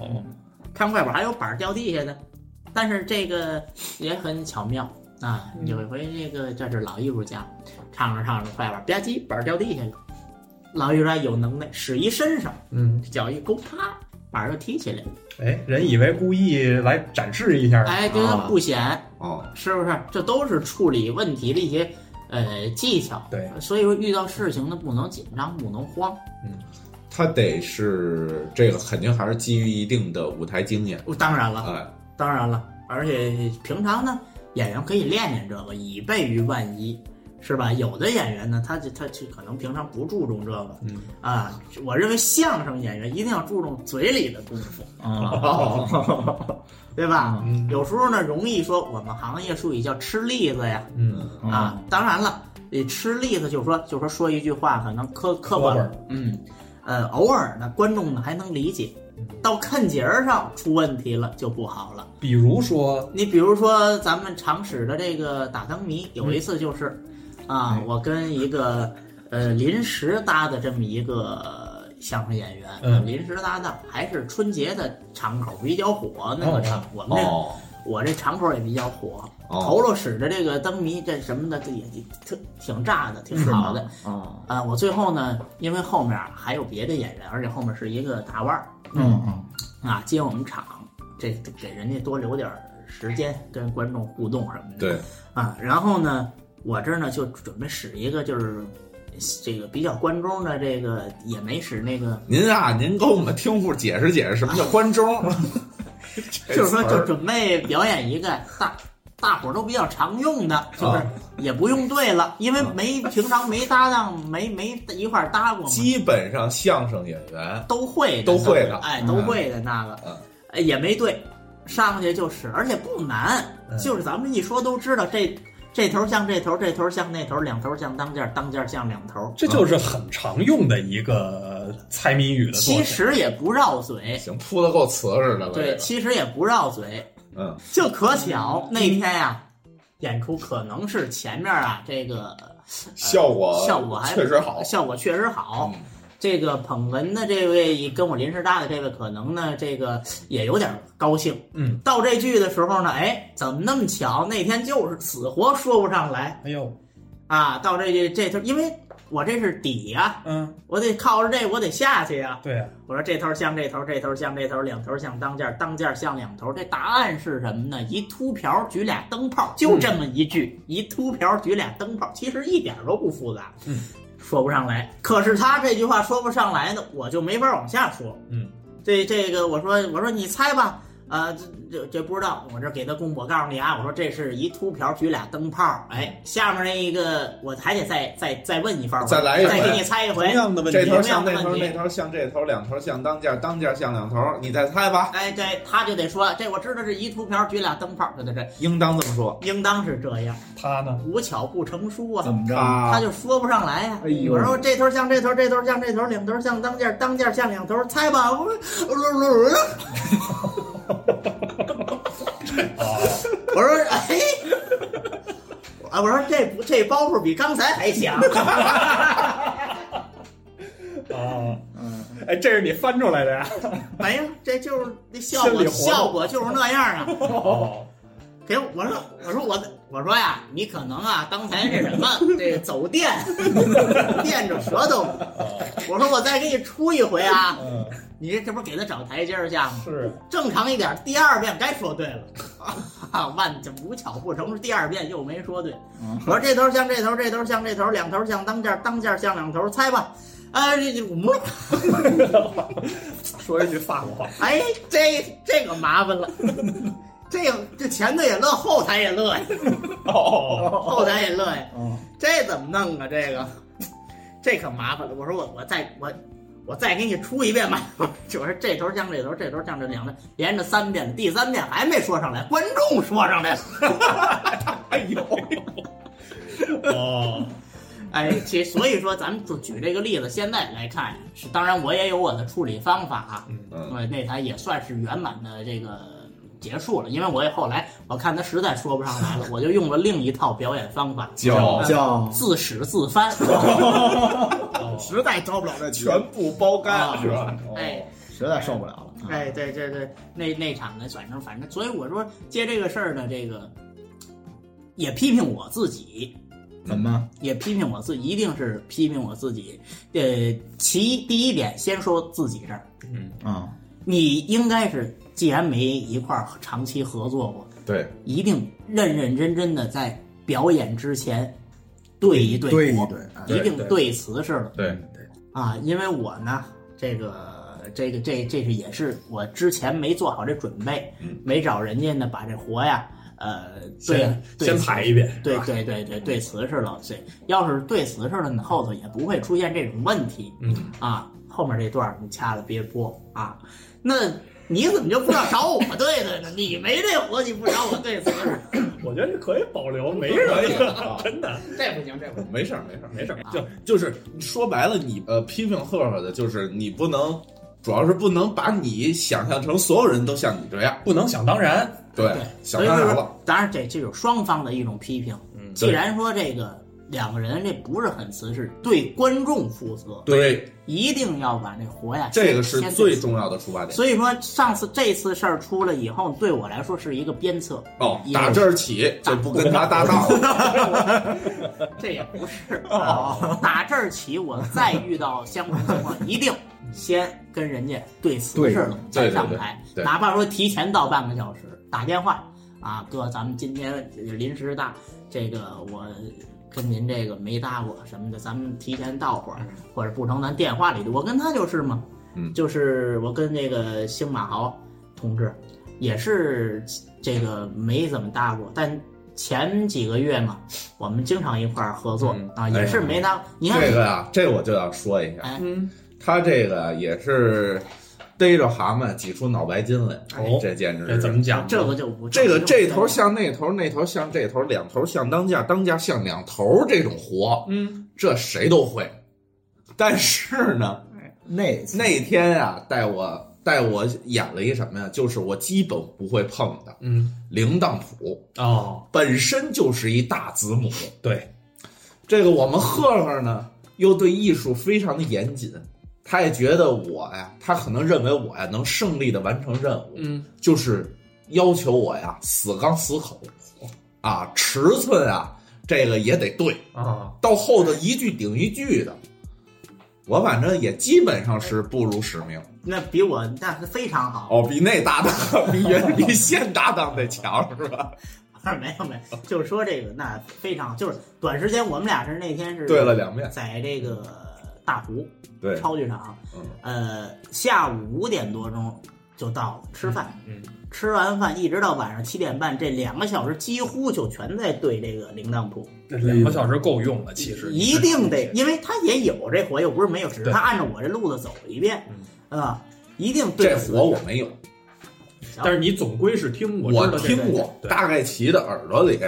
Speaker 3: 看快板还有板儿掉地下的，但是这个也很巧妙啊。
Speaker 2: 嗯
Speaker 3: 有一回那个这是老艺术家，唱着唱着快板吧唧板儿掉地下了，老艺术家有能耐，使一身手，
Speaker 2: 嗯，
Speaker 3: 脚一勾，啪板儿就提起来了，
Speaker 2: 哎，人以为故意来展示一下，
Speaker 3: 哎，这
Speaker 1: 啊
Speaker 3: 不显。
Speaker 1: [laughs] 哦，
Speaker 3: 是不是？这都是处理问题的一些呃技巧。
Speaker 2: 对，
Speaker 3: 所以说遇到事情呢，不能紧张，不能慌。
Speaker 1: 他得是这个，肯定还是基于一定的舞台经验。
Speaker 3: 哦当然了，
Speaker 1: 哎，
Speaker 3: 当然了，而且平常呢，演员可以练练这个，以备于万一，是吧？有的演员呢，他就他就可能平常不注重这个，
Speaker 2: 嗯
Speaker 3: 啊，我认为相声演员一定要注重嘴里的功夫， [laughs] 对吧？
Speaker 2: 啊嗯
Speaker 3: 有时候呢，容易说我们行业术语叫吃栗子呀，
Speaker 2: 嗯，
Speaker 3: 啊，当然了，你吃栗子就说就说说一句话，可能磕磕
Speaker 2: 磕
Speaker 3: 巴
Speaker 2: 巴
Speaker 3: 儿
Speaker 2: 儿，
Speaker 3: 嗯，呃，偶尔呢，观众呢还能理解，到看节儿上出问题了就不好了。
Speaker 2: 比如说，
Speaker 3: 你比如说咱们常使的这个打灯谜，有一次就是，啊，我跟一个呃临时搭的这么一个相声演员，啊
Speaker 2: 嗯
Speaker 3: 临时搭档，还是春节的场口比较火，那个
Speaker 2: 哦
Speaker 3: 场、我们这、
Speaker 1: 哦，
Speaker 3: 我这场口也比较火，
Speaker 1: 哦
Speaker 3: 头了使的这个灯谜这什么的，这也挺挺炸的，挺好的。
Speaker 4: 啊，
Speaker 3: 啊、我最后呢，因为后面啊还有别的演员，而且后面是一个大腕儿
Speaker 4: 嗯嗯，
Speaker 3: 啊，接我们场，这这给人家多留点儿时间跟观众互动什么的。
Speaker 1: 对，
Speaker 3: 啊，然后呢，我这儿呢就准备使一个就是这个比较关中的这个，也没使那个，
Speaker 1: 您啊，您给我们听户解释解释什么叫关
Speaker 3: [laughs]
Speaker 1: 中，
Speaker 3: 嗯就是
Speaker 1: 这词
Speaker 3: 说就
Speaker 1: 儿
Speaker 3: 准备表演一个大。大伙儿都比较常用的，就是
Speaker 1: 啊
Speaker 3: 也不用对了，因为没平常没搭档，没没一块儿搭过嘛，
Speaker 1: 基本上相声演员
Speaker 3: 都会的
Speaker 1: 都会的
Speaker 3: 哎，
Speaker 4: 嗯
Speaker 3: 都会的那个
Speaker 1: 嗯，
Speaker 3: 哎也没对，上去就是，而且不难，
Speaker 2: 嗯
Speaker 3: 就是咱们一说都知道这。这头像这头，这头像那头，两头像当间，当间像两头。
Speaker 2: 这就是很常用的一个猜谜语的作
Speaker 3: 其
Speaker 2: 品。
Speaker 3: 实也不绕嘴，
Speaker 1: 行铺的够瓷实的了，
Speaker 3: 对，哎
Speaker 1: 这
Speaker 3: 其实也不绕嘴。
Speaker 1: 个嗯，
Speaker 3: 就可巧那天呀、演出可能是前面啊这个
Speaker 1: 效果
Speaker 3: 效果还
Speaker 1: 确实好，
Speaker 3: 效果确实好。
Speaker 1: 嗯
Speaker 3: 这个捧哏的这位跟我临时搭的这位，可能呢这个也有点高兴。
Speaker 2: 嗯，
Speaker 3: 到这句的时候呢，哎，怎么那么巧？那天就是死活说不上来
Speaker 2: 哎呦，
Speaker 3: 啊！到这句这头，因为我这是底呀、
Speaker 2: 嗯，
Speaker 3: 我得靠着这我得下去呀、
Speaker 2: 对啊，
Speaker 3: 我说这头像这头，这头像这头，两头像当间，当间像两头。这答案是什么呢？一秃瓢举俩灯泡，就这么一句，一秃瓢举俩灯泡，其实一点都不复杂。
Speaker 2: 嗯。
Speaker 3: 说不上来，可是他这句话说不上来呢，我就没法往下说。
Speaker 2: 嗯，
Speaker 3: 这这个我说我说你猜吧，呃，这这这不知道，我这给他公布，我告诉你啊，我说这是一秃瓢举俩灯泡，哎，下面那一个我还得再再再问一番，
Speaker 1: 再来一
Speaker 3: 再
Speaker 1: 回
Speaker 3: 给你猜一
Speaker 2: 同
Speaker 3: 回。
Speaker 2: 样的问
Speaker 1: 这
Speaker 2: 题
Speaker 1: 头，像那
Speaker 3: 同样的
Speaker 1: 头，
Speaker 3: 问题
Speaker 1: 那头像这头，两头像当间，当间像两头，你再猜吧，
Speaker 3: 哎，对，他就得说这我知道是一秃瓢举俩灯泡，对对对，
Speaker 1: 应当这么说。
Speaker 3: 应当是这样，
Speaker 2: 他呢？
Speaker 3: 无巧不成书啊
Speaker 4: 怎。么着？
Speaker 1: 啊
Speaker 3: 他就说不上来呀、
Speaker 4: 哎呦
Speaker 3: 我说这头像这头，这头像这头，两头像当间，当间像两头，猜吧。我说，
Speaker 2: 啊，
Speaker 3: 我说，哎，啊，我说这不这包袱比刚才还响。 [laughs]
Speaker 2: 啊，
Speaker 4: 嗯，
Speaker 2: [laughs] 哎，这是你翻出来的呀？
Speaker 3: 没有，哎这就是那效
Speaker 2: 心
Speaker 3: 果，
Speaker 2: 里活动
Speaker 3: 效果就是那样啊。
Speaker 2: 哦，
Speaker 3: 给我我说我说我我说呀，你可能啊，刚才这什么这走电， [laughs] 垫着舌头。我说我再给你出一回啊，
Speaker 2: 嗯，
Speaker 3: 你这这不是给他找台阶儿下吗？
Speaker 2: 是，
Speaker 3: 正常一点，第二遍该说对了。 [laughs] 啊，万这无巧不成书，第二遍又没说对。
Speaker 4: 嗯
Speaker 3: 我说这头像这头，这头像这头，两头像当间，当间像两头，猜吧。哎，这这我们
Speaker 2: 说一句法国话，
Speaker 3: 哎，这这个麻烦了， [laughs] 这个这前头也乐，后台也乐呀，
Speaker 2: 哦，
Speaker 3: 后台也乐呀。
Speaker 4: 哦，
Speaker 3: 这怎么弄啊？这个， [laughs] 这可麻烦了。我说我我再我我再给你出一遍吧。 [laughs] 我说这头降这头，这头降这两头，连着三遍，第三遍还没说上来，观众说上来了。
Speaker 2: 哎呦，哦，
Speaker 3: [laughs] 哎，其所以说咱们就举这个例子，现在来看是，当然我也有我的处理方法啊。
Speaker 1: 嗯，
Speaker 3: 呃，那台也算是圆满的这个结束了，因为我也后来我看他实在说不上来了，我就用了另一套表演方法，
Speaker 1: 叫
Speaker 4: 叫
Speaker 3: 自始自翻。
Speaker 4: [laughs] 实在招不了这群，
Speaker 1: 全部包
Speaker 3: 啊
Speaker 1: 干是吧？
Speaker 3: 哎，
Speaker 4: 实在受不了了。啊
Speaker 3: 哎，，对对对，那那场呢，反正反正，所以我说借这个事儿呢，这个也批评我自己，
Speaker 4: 怎么？
Speaker 3: 也批评我自己，一定是批评我自己。呃，其一第一点，先说自己这儿，
Speaker 2: 嗯，
Speaker 4: 啊？
Speaker 3: 你应该是既然没一块儿长期合作过，
Speaker 1: 对，
Speaker 3: 一定认认真真的在表演之前对一对
Speaker 4: 对一
Speaker 3: 活
Speaker 4: 对，哎
Speaker 3: 一定
Speaker 2: 对
Speaker 3: 对词似的。
Speaker 1: 对
Speaker 3: 啊，因为我呢，这个这个这这是也是我之前没做好这准备，
Speaker 2: 嗯
Speaker 3: 没找人家呢把这活呀，呃，对
Speaker 2: 先
Speaker 3: 对
Speaker 2: 先排一遍，
Speaker 3: 对
Speaker 2: 是吧
Speaker 3: 对对对对瓷实了，对，要是对瓷实了，你后头也不会出现这种问题
Speaker 2: 嗯，
Speaker 3: 啊。后面这段儿你掐了别播啊。那你怎么就不要找我对的呢？你没这活，你不找我对瓷实，
Speaker 2: 我觉得这可以保留，没什么
Speaker 3: 啊
Speaker 2: 呀， [laughs] 真的
Speaker 3: 这不行，这不行。
Speaker 1: 没事儿，没事儿，
Speaker 2: 没事儿。
Speaker 3: 啊
Speaker 1: 就就是说白了你，呃批评赫赫的就是你不能，主要是不能把你想象成所有人都像你这样，
Speaker 2: 不能想当然，
Speaker 1: 对，
Speaker 3: 对
Speaker 1: 想
Speaker 3: 所以就
Speaker 1: 当
Speaker 3: 是
Speaker 1: 然
Speaker 3: 说
Speaker 1: 了，，
Speaker 3: 当然这这有双方的一种批评。
Speaker 2: 嗯
Speaker 3: 既然说这个两个人这不是很瓷实，对观众负责，
Speaker 1: 对，
Speaker 3: 一定要把这活呀，
Speaker 1: 这个是
Speaker 3: 先
Speaker 1: 最。重要的出发点。
Speaker 3: 所以说，上次这次事儿出了以后，对我来说是一个鞭策。
Speaker 1: 哦，
Speaker 3: 也
Speaker 1: 打这儿
Speaker 3: 啊
Speaker 1: 起就不跟他搭档了。
Speaker 3: 这也不
Speaker 1: [laughs]
Speaker 3: 是
Speaker 1: 哦
Speaker 3: 啊，打这儿起，我再遇到相同情况，一定先跟人家对词
Speaker 4: 对
Speaker 3: 似的
Speaker 1: 嗯对
Speaker 3: 再
Speaker 1: 对
Speaker 3: 上
Speaker 1: 对
Speaker 3: 台，
Speaker 1: 对
Speaker 3: 哪怕说提前到半个小时打电话啊，哥，咱们今天临时大，这个我跟您这个没搭过什么的，咱们提前到会儿，或者不成，咱电话里的，我跟他就是嘛，
Speaker 1: 嗯
Speaker 3: 就是我跟这个星马豪同志也是这个没怎么搭过，但前几个月嘛，我们经常一块儿合作、
Speaker 2: 嗯
Speaker 3: 啊，也是
Speaker 1: 哎呀
Speaker 3: 没搭。你看，
Speaker 1: 这个呀，这我就要说一下
Speaker 3: 哎，
Speaker 2: 嗯，
Speaker 1: 他这个也是逮着蛤蟆挤出脑白金来，
Speaker 2: 哦
Speaker 1: 这简直
Speaker 2: 这怎
Speaker 1: 是。
Speaker 2: 么讲呢？
Speaker 3: 这个就不
Speaker 1: 这个
Speaker 3: 就
Speaker 1: 这头像那头，那头像这头，两头像当家，当家像两头，这种活，
Speaker 2: 嗯，
Speaker 1: 这谁都会。但是呢，
Speaker 4: 那次
Speaker 1: 那天啊，带我带我演了一什么呀？就是我基本不会碰的
Speaker 2: 嗯，
Speaker 1: 铃铛谱，
Speaker 2: 哦，
Speaker 1: 本身就是一大子母。
Speaker 2: 对，
Speaker 1: 这个我们赫赫呢，又对艺术非常的严谨，他也觉得我呀，他可能认为我呀能胜利的完成任务，
Speaker 2: 嗯，
Speaker 1: 就是要求我呀死刚死口，啊，尺寸啊，这个也得对，
Speaker 2: 啊，
Speaker 1: 到后头一句顶一句的。我反正也基本上是不辱使命。
Speaker 3: 那比我那是非常好。
Speaker 1: 哦，比那搭档，比原比现搭档得强是吧？
Speaker 3: [laughs] 没有没有，就是说这个那非常就是短时间，我们俩是那天是
Speaker 1: 对了两遍，
Speaker 3: 在这个大湖
Speaker 1: [laughs] 对，
Speaker 3: 超剧场，
Speaker 1: 嗯
Speaker 3: 呃，下午五点多钟就到了吃饭，
Speaker 2: 嗯，
Speaker 3: 吃完饭一直到晚上七点半，这两个小时几乎就全在对这个铃铛谱，
Speaker 2: 这两个小时够用了，其实
Speaker 3: 一定得，因为他也有这活，又不是没有，只是
Speaker 2: 对嗯
Speaker 3: 他按照我这路子走一遍，啊，一定对
Speaker 1: 这
Speaker 3: 死
Speaker 1: 活我没有，
Speaker 2: 但是你总归是听过，
Speaker 1: 我
Speaker 2: 知道这
Speaker 1: 听
Speaker 2: 个
Speaker 1: 过，
Speaker 2: 对
Speaker 1: 大概齐的耳朵里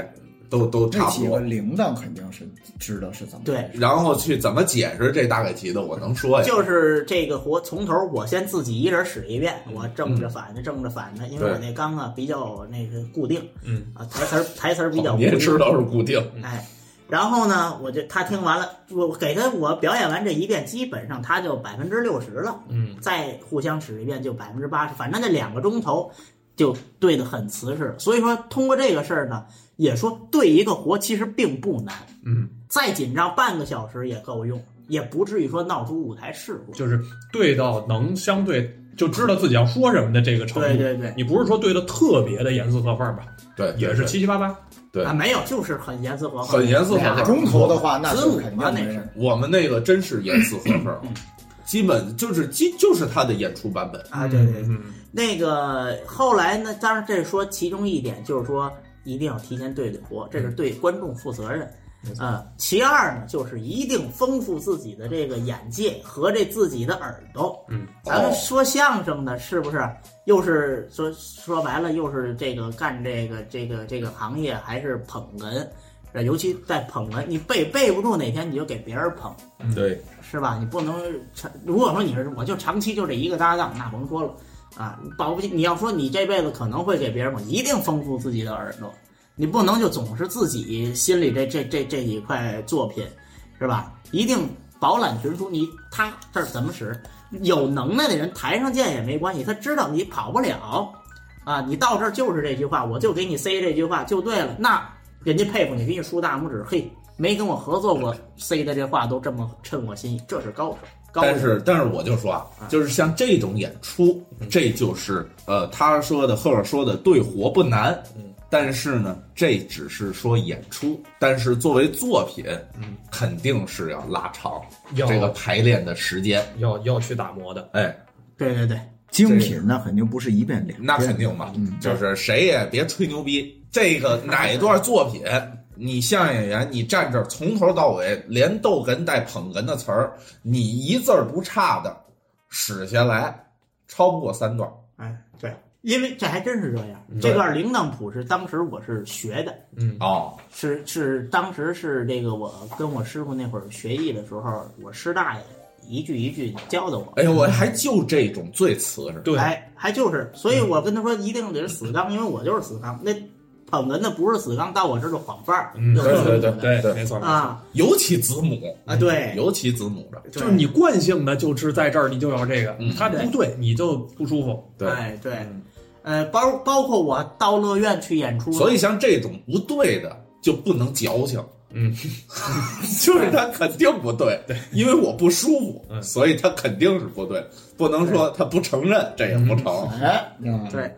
Speaker 1: 都都
Speaker 4: 那
Speaker 1: 差不
Speaker 4: 几个
Speaker 1: 多。
Speaker 4: 铃铛肯定是知道是怎么
Speaker 3: 对，
Speaker 1: 然后去怎么解释这大概齐的，我能说呀？
Speaker 3: 就是这个活从头我先自己一人使一
Speaker 2: 嗯
Speaker 3: 遍，我正
Speaker 1: 嗯
Speaker 3: 着反着正着反着，因为我那缸啊比较那个固定
Speaker 2: 嗯，
Speaker 3: 啊，台词儿台词儿比较
Speaker 1: 好
Speaker 3: 固
Speaker 1: 你也
Speaker 3: 定，
Speaker 1: 知道是固定，
Speaker 3: 哎，然后呢，我就他听完了，我我给他我表演完这一遍，基本上他就百分之六十了，
Speaker 2: 嗯，
Speaker 3: 再互相使一遍就百分之八十，反正那两个钟头就对得很瓷实。所以说，通过这个事儿呢，也说对一个活其实并不难，
Speaker 2: 嗯，
Speaker 3: 再紧张半个小时也够用，也不至于说闹出舞台事故。
Speaker 2: 就是对到能相对就知道自己要说什么的这个程度。
Speaker 3: 对对对
Speaker 2: 你不是说对的特别的严丝合缝吧？
Speaker 1: 对，
Speaker 2: 也是七七八八。
Speaker 1: 对
Speaker 3: 啊，没有，就是很严丝合缝，
Speaker 1: 很严丝合
Speaker 4: 俩
Speaker 1: 缝。
Speaker 4: 钟头的话，那
Speaker 3: 子
Speaker 4: 是
Speaker 3: 母
Speaker 4: 肯
Speaker 3: 啊
Speaker 4: 定
Speaker 3: 那
Speaker 4: 没
Speaker 3: 是
Speaker 4: 人。
Speaker 1: 我们那个真是严丝合缝，基本就是基就是他的演出版本。
Speaker 3: 啊，对对对。
Speaker 2: 嗯，
Speaker 3: 那个后来呢，当然这说其中一点就是说一定要提前对对活，这是对观众负责任。呃，其二呢，就是一定丰富自己的这个眼界和这自己的耳朵。
Speaker 2: 嗯，
Speaker 3: 咱们
Speaker 1: 哦
Speaker 3: 说相声的，是不是又是说说白了，又是这个干这个这个这个行业，还是捧哏？呃尤其在捧哏，你背背不住，哪天你就给别人捧。
Speaker 1: 对，
Speaker 3: 是吧？你不能长，如果说你是我就长期就这一个搭档，那甭说了啊，保不齐你要说你这辈子可能会给别人我一定丰富自己的耳朵，你不能就总是自己心里这这这这几块作品，是吧？一定饱览群书，你他这儿怎么使？有能耐的人台上见也没关系，他知道你跑不了啊，你到这儿就是这句话，我就给你塞这句话就对了，那人家佩服你，给你竖大拇指，嘿，没跟我合作过，塞的这话都这么衬我心意，这是高手。高手
Speaker 1: 但是，但是我就说啊，就是像这种演出，这就是呃，他说的，赫尔说的，对活不难。
Speaker 2: 嗯，
Speaker 1: 但是呢，这只是说演出，但是作为作品，
Speaker 2: 嗯，
Speaker 1: 肯定是要拉长
Speaker 2: 要
Speaker 1: 这个排练的时间。
Speaker 2: 要要去打磨的。
Speaker 1: 哎，
Speaker 3: 对对对，
Speaker 4: 精品那肯定不是一遍两遍，
Speaker 1: 那肯定嘛，
Speaker 4: 嗯
Speaker 1: 就是谁也别吹牛逼。这个哪一段作品，你相声演员，你站这儿从头到尾，连逗哏带捧哏的词儿，你一字儿不差的使下来，超不过三段。
Speaker 3: 哎对，因为这还真是这样
Speaker 2: 嗯。
Speaker 3: 这段铃铛谱是当时我是学的，
Speaker 2: 嗯，
Speaker 1: 哦，
Speaker 3: 是是当时是这个我跟我师傅那会儿学艺的时候，我师大爷一句一句教的我。
Speaker 1: 哎呦，我还就这种最瓷实。
Speaker 2: 对，嗯
Speaker 3: 哎，还就是，所以我跟他说一定得是死刚，因为我就是死刚。那捧哏的不是死刚，到我这儿就晃范儿，
Speaker 2: 嗯，
Speaker 3: 就
Speaker 2: 对
Speaker 3: 是
Speaker 2: 对对
Speaker 3: 捧哏的
Speaker 2: 对，
Speaker 1: 对
Speaker 2: 没错，
Speaker 3: 啊
Speaker 1: 尤其子母
Speaker 3: 啊，对，
Speaker 1: 尤其子母的，
Speaker 3: 对
Speaker 2: 就是你惯性的就是在这儿，你就要这个
Speaker 1: 嗯，
Speaker 2: 他不对你就不舒服。
Speaker 1: 对
Speaker 3: 哎对，
Speaker 2: 嗯
Speaker 3: 呃，包包括我到乐院去演出，
Speaker 1: 所以像这种不对的就不能矫情。
Speaker 2: 嗯，
Speaker 1: [laughs] 就是他肯定不对，因为我不舒服，
Speaker 2: 嗯
Speaker 1: 所以他肯定是不对，不能说他不承认，这也不
Speaker 3: [laughs]
Speaker 1: 成。
Speaker 4: 哎，嗯
Speaker 3: 对，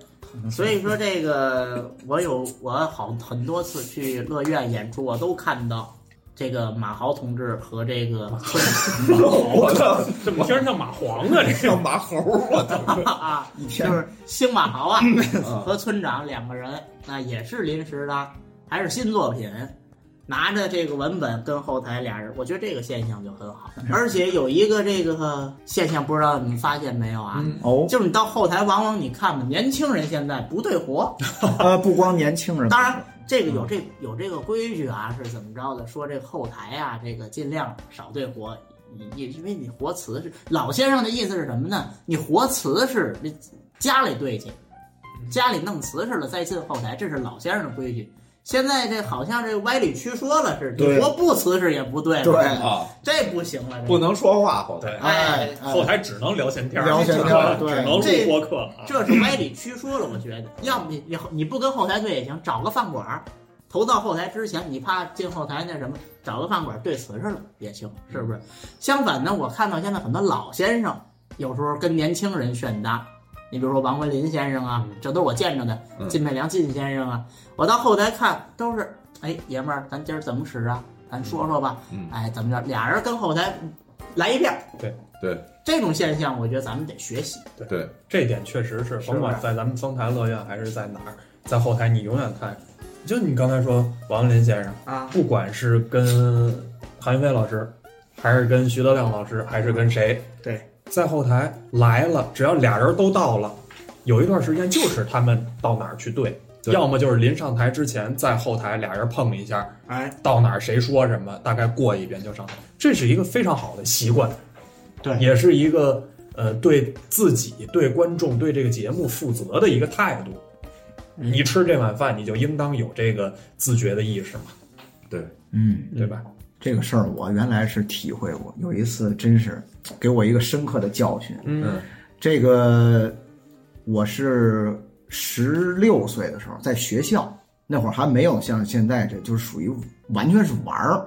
Speaker 3: 所以说这个我有我好很多次去乐院演出，我都看到这个马豪同志和这个孙
Speaker 1: 我操，
Speaker 2: 怎么听着像蚂蟥啊？这
Speaker 1: 像马猴，我操！
Speaker 3: [laughs] 啊，
Speaker 4: 一天
Speaker 3: 就是星马豪啊
Speaker 4: 嗯
Speaker 3: 和村长两个人，那也是临时的，还是新作品，拿着这个文本跟后台俩人，我觉得这个现象就很好。
Speaker 4: 嗯
Speaker 3: 而且有一个这个现象，不知道你们发现没有啊？
Speaker 2: 嗯
Speaker 4: 哦，
Speaker 3: 就是你到后台，往往你看吧，年轻人现在不对活，
Speaker 4: 呃，不光年轻人，
Speaker 3: 当然，这
Speaker 4: 嗯
Speaker 3: 个有这有这个规矩啊，是怎么着的？说这后台啊，这个尽量少对活，因因为你活词是老先生的意思是什么呢？你活词是你家里对去，
Speaker 4: 嗯
Speaker 3: 家里弄瓷实了再进后台，这是老先生的规矩。现在这好像这歪理曲说了似的，
Speaker 4: 对
Speaker 3: 你活不瓷实也不对了，
Speaker 4: 对
Speaker 1: 啊，
Speaker 3: 这不行了，这
Speaker 1: 不能说话后头
Speaker 2: 对，
Speaker 3: 哎，
Speaker 4: 哎
Speaker 2: 后台只能聊闲天儿，
Speaker 4: 聊闲
Speaker 2: 只
Speaker 4: 天
Speaker 2: 能
Speaker 4: 儿
Speaker 2: [laughs] 只
Speaker 4: 对
Speaker 2: 能录
Speaker 3: 这
Speaker 2: 播客啊。
Speaker 3: 这是歪理曲说了，我觉得，要么你你你不跟后台对也行，找个饭馆儿，投到后台之前，你怕进后台那什么，找个饭馆儿对瓷实了也行，是不是？相反呢，我看到现在很多老先生有时候跟年轻人炫搭，你比如说王文林先生啊，这都是我见着的，
Speaker 1: 嗯
Speaker 3: 靳美良靳先生啊，我到后台看都是，哎，爷们儿，咱今儿怎么使啊？咱说说吧，
Speaker 1: 嗯
Speaker 3: 哎，怎么着？俩人跟后台来一遍儿，
Speaker 1: 对
Speaker 3: 这种现象，我觉得咱们得学习。
Speaker 1: 对，
Speaker 2: 这一点确实是，
Speaker 3: 是
Speaker 2: 甭管在咱们丰台乐院还是在哪儿，在后台你永远看，就你刚才说王林先生，
Speaker 3: 啊，
Speaker 2: 不管是跟韩云飞老师，还是跟徐德亮老师，还是跟谁，
Speaker 3: 对，
Speaker 2: 在后台来了，只要俩人都到了，有一段时间就是他们到哪儿去对。
Speaker 1: 对
Speaker 2: 要么就是临上台之前，在后台俩人碰一下，
Speaker 3: 哎，
Speaker 2: 到哪儿谁说什么，大概过一遍就上台，这是一个非常好的习惯，
Speaker 3: 对
Speaker 2: 也是一个呃对自己、对观众、对这个节目负责的一个态度。
Speaker 3: 嗯
Speaker 2: 你吃这碗饭，你就应当有这个自觉的意识嘛，
Speaker 4: 嗯，
Speaker 2: 对吧？
Speaker 4: 这个事儿我原来是体会过，有一次真是给我一个深刻的教训。
Speaker 2: 嗯
Speaker 4: 这个我是十六岁的时候在学校，那会儿还没有像现在这就是属于完全是玩儿。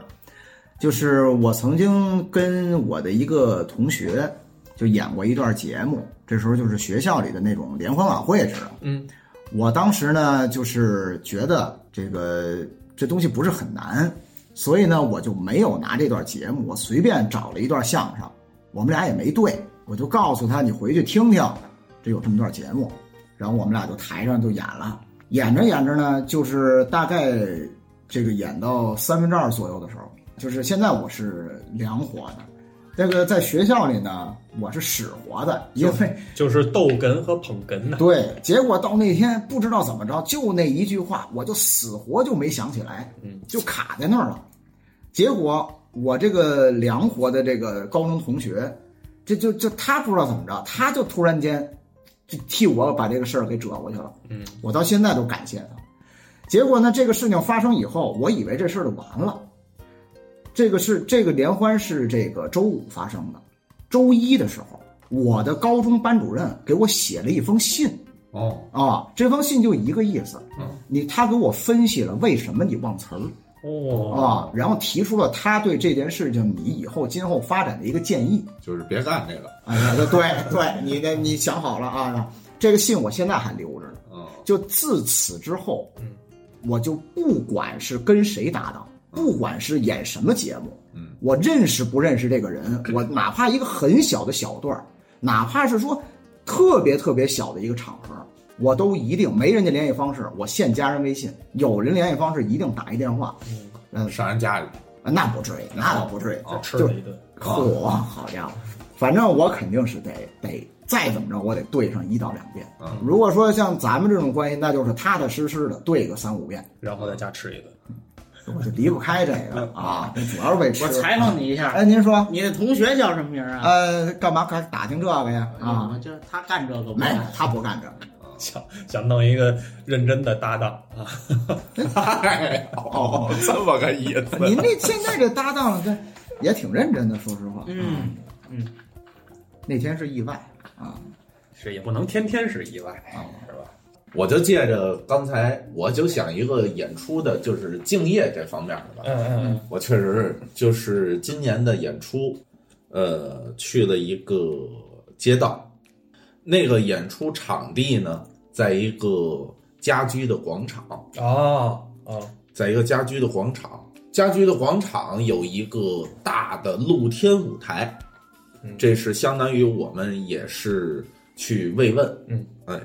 Speaker 4: 就是我曾经跟我的一个同学就演过一段节目，这时候就是学校里的那种联欢晚会似的。
Speaker 2: 嗯，
Speaker 4: 我当时呢就是觉得这个这东西不是很难，所以呢我就没有拿这段节目，我随便找了一段相声。我们俩也没对，我就告诉他你回去听听，这有这么段节目。然后我们俩就台上就演了，演着演着呢，就是大概这个演到三分之二左右的时候，就是现在我是凉活的，这个在学校里呢我是使活的，因为
Speaker 2: 就是逗哏和捧哏 [laughs] 呢、
Speaker 4: 对，结果到那天不知道怎么着，就那一句话，我就死活就没想起来，
Speaker 2: 嗯，
Speaker 4: 就卡在那儿了。结果我这个梁活的这个高中同学，这就就他不知道怎么着，他就突然间就替我把这个事儿给折过去了。
Speaker 2: 嗯，
Speaker 4: 我到现在都感谢他。结果呢，这个事情发生以后，我以为这事儿就完了。这个是这个联欢是这个周五发生的，周一的时候，我的高中班主任给我写了一封信
Speaker 1: 哦，
Speaker 4: 啊，这封信就一个意思，
Speaker 2: 嗯
Speaker 4: 你他给我分析了为什么你忘词儿，
Speaker 2: 哦，
Speaker 4: 啊，然后提出了他对这件事情你以后今后发展的一个建议。
Speaker 1: 就是别干这个。
Speaker 4: 哎呀，对对，你的你想好了啊，这个信我现在还留着呢。
Speaker 1: 嗯，
Speaker 4: 就自此之后，
Speaker 2: 嗯，
Speaker 4: 我就不管是跟谁搭档，不管是演什么节目，
Speaker 1: 嗯，
Speaker 4: 我认识不认识这个人，我哪怕一个很小的小段儿，哪怕是说特别特别小的一个场合，我都一定没人家联系方式，我现加人微信，有人联系方式一定打一电话。嗯，
Speaker 1: 上人家里
Speaker 4: 那不至于，那倒不至于。
Speaker 1: 啊，
Speaker 2: 吃了一顿，
Speaker 4: [laughs] 嚯，好家伙！反正我肯定是得得再怎么着，我得对上一到两遍。
Speaker 1: 嗯 [laughs]
Speaker 4: 如果说像咱们这种关系，那就是踏踏实实的对个三五遍，
Speaker 2: [laughs] 然后在家吃一顿。
Speaker 4: 我就离不开这个啊。主要是为吃。
Speaker 3: 我采访你一下，
Speaker 4: 哎，您说，
Speaker 3: 你的同学叫什么名儿啊？
Speaker 4: 呃，干嘛开始打听这个呀？啊，，
Speaker 3: 就是他干这个吗
Speaker 4: 没有，他不干这个。
Speaker 2: 想想弄一个认真的搭档啊，
Speaker 1: 哎哦，这么个意思。
Speaker 4: 您这现在这搭档这也挺认真的，说实话。
Speaker 3: 嗯嗯，
Speaker 4: 那天是意外啊
Speaker 2: 是也不能天天是意外，
Speaker 4: 啊，
Speaker 2: 是吧？
Speaker 1: 我就借着刚才，我就想一个演出的，就是敬业这方面的吧。
Speaker 2: 嗯嗯
Speaker 1: 我确实是就是今年的演出，呃，去了一个街道，那个演出场地呢，在一个家居的广场，
Speaker 2: 嗯，哦哦，
Speaker 1: 在一个家居的广场，家居的广场有一个大的露天舞台
Speaker 2: 嗯，
Speaker 1: 这是相当于我们也是去慰问，
Speaker 2: 嗯，
Speaker 1: 哎，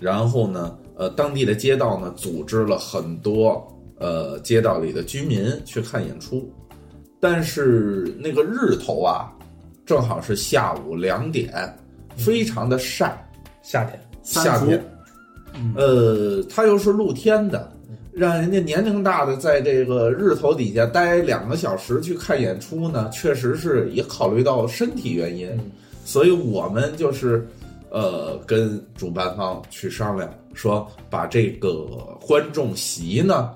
Speaker 1: 然后呢，呃，当地的街道呢组织了很多呃街道里的居民去看演出，但是那个日头啊，正好是下午两点，
Speaker 2: 嗯
Speaker 1: 非常的晒，
Speaker 2: 夏天嗯
Speaker 1: 下
Speaker 4: 三伏
Speaker 1: 边，呃，它又是露天的，让人家年龄大的在这个日头底下待两个小时去看演出呢，确实是也考虑到身体原因，
Speaker 2: 嗯
Speaker 1: 所以我们就是呃跟主办方去商量，说把这个观众席呢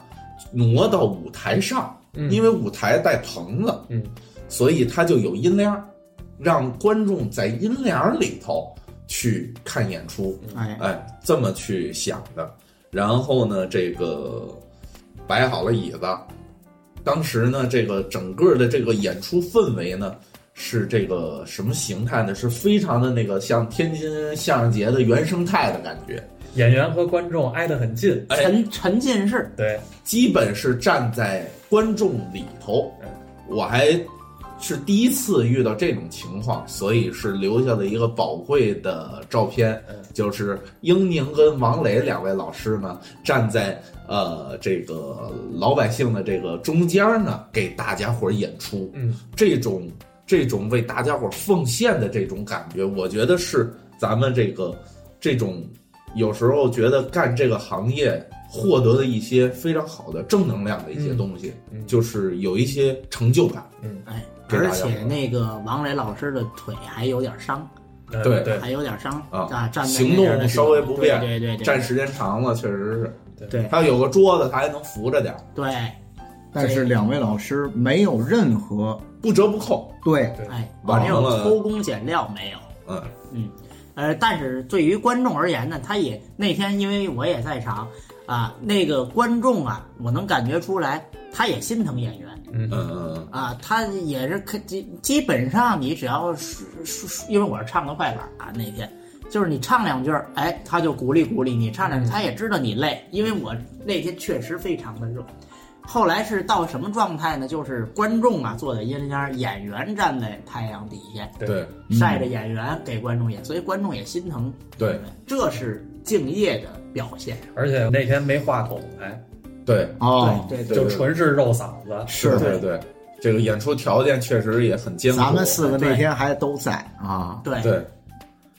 Speaker 1: 挪到舞台上，
Speaker 2: 嗯
Speaker 1: 因为舞台带棚子，
Speaker 2: 嗯，
Speaker 1: 所以它就有音帘儿，让观众在音帘儿里头去看演出。
Speaker 4: 哎，
Speaker 1: 哎，这么去想的。然后呢，这个摆好了椅子，当时呢，这个整个的这个演出氛围呢，是这个什么形态呢？是非常的那个像天津相声节的原生态的感觉，
Speaker 2: 演员和观众挨得很近，
Speaker 1: 哎
Speaker 3: 沉沉浸式，
Speaker 2: 对，
Speaker 1: 基本是站在观众里头
Speaker 2: 嗯。
Speaker 1: 我还是第一次遇到这种情况，所以是留下了一个宝贵的照片。
Speaker 2: 嗯
Speaker 1: 就是英宁跟王磊两位老师呢，站在呃这个老百姓的这个中间呢，给大家伙儿演出，
Speaker 2: 嗯，
Speaker 1: 这种这种为大家伙儿奉献的这种感觉，我觉得是咱们这个这种有时候觉得干这个行业获得的一些非常好的正能量的一些东西，
Speaker 2: 嗯
Speaker 1: 就是有一些成就感。
Speaker 3: 哎，
Speaker 1: 这
Speaker 3: 而
Speaker 1: 大家
Speaker 3: 且
Speaker 1: 伙
Speaker 3: 那个王磊老师的腿还有点伤，
Speaker 2: 嗯
Speaker 1: 对
Speaker 2: 对，
Speaker 3: 还有点伤
Speaker 1: 啊
Speaker 3: 站在
Speaker 1: 行
Speaker 3: 那边
Speaker 1: 动
Speaker 3: 的时
Speaker 1: 稍
Speaker 3: 候
Speaker 1: 微不便
Speaker 3: 对对对，
Speaker 1: 站时间长了，确实是。
Speaker 3: 对
Speaker 1: 他有个桌子，他还能扶着点儿，
Speaker 3: 对，哎
Speaker 4: 但是两位老师没有任何
Speaker 1: 不折不扣。
Speaker 4: 对，
Speaker 3: 哎，
Speaker 1: 完
Speaker 3: 没有
Speaker 1: 成嗯了
Speaker 3: 偷工减料没有。
Speaker 1: 嗯，
Speaker 3: 呃，但是对于观众而言呢，他也那天因为我也在场啊，那个观众啊，我能感觉出来，他也心疼演员
Speaker 2: 嗯
Speaker 1: 嗯嗯嗯，
Speaker 3: 啊，他也是可基基本上你只要说说，说因为我是唱的快板啊，那天就是你唱两句儿，哎，他就鼓励鼓励你唱两句，
Speaker 2: 嗯
Speaker 3: 他也知道你累，因为我那天确实非常的热。后来是到什么状态呢？就是观众啊坐在阴间儿，演员站在太阳底下，
Speaker 2: 对
Speaker 1: 对
Speaker 3: 晒着演员给观众演，所以观众也心疼。
Speaker 1: 对，
Speaker 3: 这是敬业的表现。
Speaker 2: 而且那天没话筒，哎，
Speaker 1: 对，
Speaker 4: 哦，
Speaker 3: 对
Speaker 1: 对
Speaker 2: 就纯是肉嗓子，
Speaker 4: 是
Speaker 1: 对对，这个演出条件确实也很艰苦。
Speaker 4: 咱们四个那天还都在啊，
Speaker 3: 对
Speaker 1: 对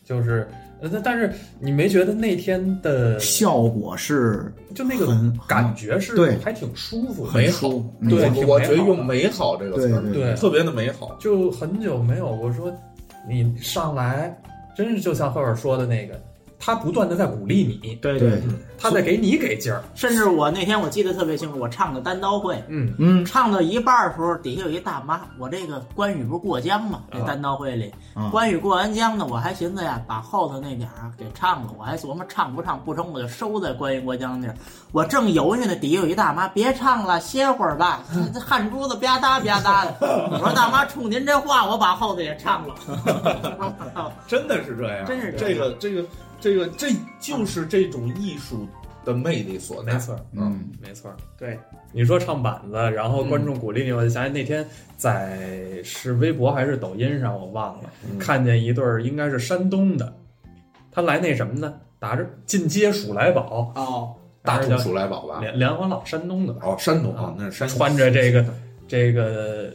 Speaker 2: 就是，呃但但是你没觉得那天的
Speaker 4: 效果是
Speaker 2: 就那个
Speaker 4: 很
Speaker 2: 感觉是
Speaker 4: 对
Speaker 2: 还挺舒服的，
Speaker 1: 美好
Speaker 4: 舒，
Speaker 2: 对
Speaker 4: 没
Speaker 2: 挺美好的
Speaker 1: 我我觉得用“美好”这个词儿，
Speaker 4: 对
Speaker 2: 对
Speaker 1: 特别的美好。
Speaker 2: 就很久没有我说你上来，真是就像赫尔说的那个，他不断的在鼓励你，嗯
Speaker 3: 对
Speaker 4: 对，
Speaker 2: 他在给你给劲儿，
Speaker 3: 甚至我那天我记得特别清楚，我唱的单刀会，
Speaker 2: 嗯
Speaker 4: 嗯
Speaker 3: 唱到一半儿的时候，底下有一大妈，我这个关羽不是过江嘛，那
Speaker 2: 啊
Speaker 3: 单刀会里，
Speaker 4: 啊
Speaker 3: 关羽过完江呢，我还寻思呀，把后头那点儿啊给唱了，我还琢磨唱不唱，不成我就收在关羽过江那儿。我正犹豫呢，底下有一大妈，别唱了，歇会儿吧，这这汗珠子吧嗒吧嗒的。我说大妈，冲您这话，我把后头也唱了。
Speaker 1: 真的是这样，
Speaker 3: 真是这
Speaker 1: 这
Speaker 3: 样
Speaker 1: 个这个这个，这就是这种艺术的魅力所
Speaker 2: 没
Speaker 1: 在。
Speaker 2: 错儿，
Speaker 4: 嗯，
Speaker 2: 没错儿。
Speaker 3: 对，
Speaker 2: 你说唱板子，然后观众鼓励你，我就想起那天在是微博还是抖音上，我忘了，
Speaker 1: 嗯
Speaker 2: 看见一对儿应该是山东的，他来那什么呢？打着进阶鼠来宝，
Speaker 3: 哦，
Speaker 1: 大
Speaker 2: 着
Speaker 1: 同
Speaker 2: 叫
Speaker 1: 鼠来宝吧？
Speaker 2: 梁梁皇老山东的吧，
Speaker 1: 哦，山东啊，那是山东
Speaker 2: 穿着这个这个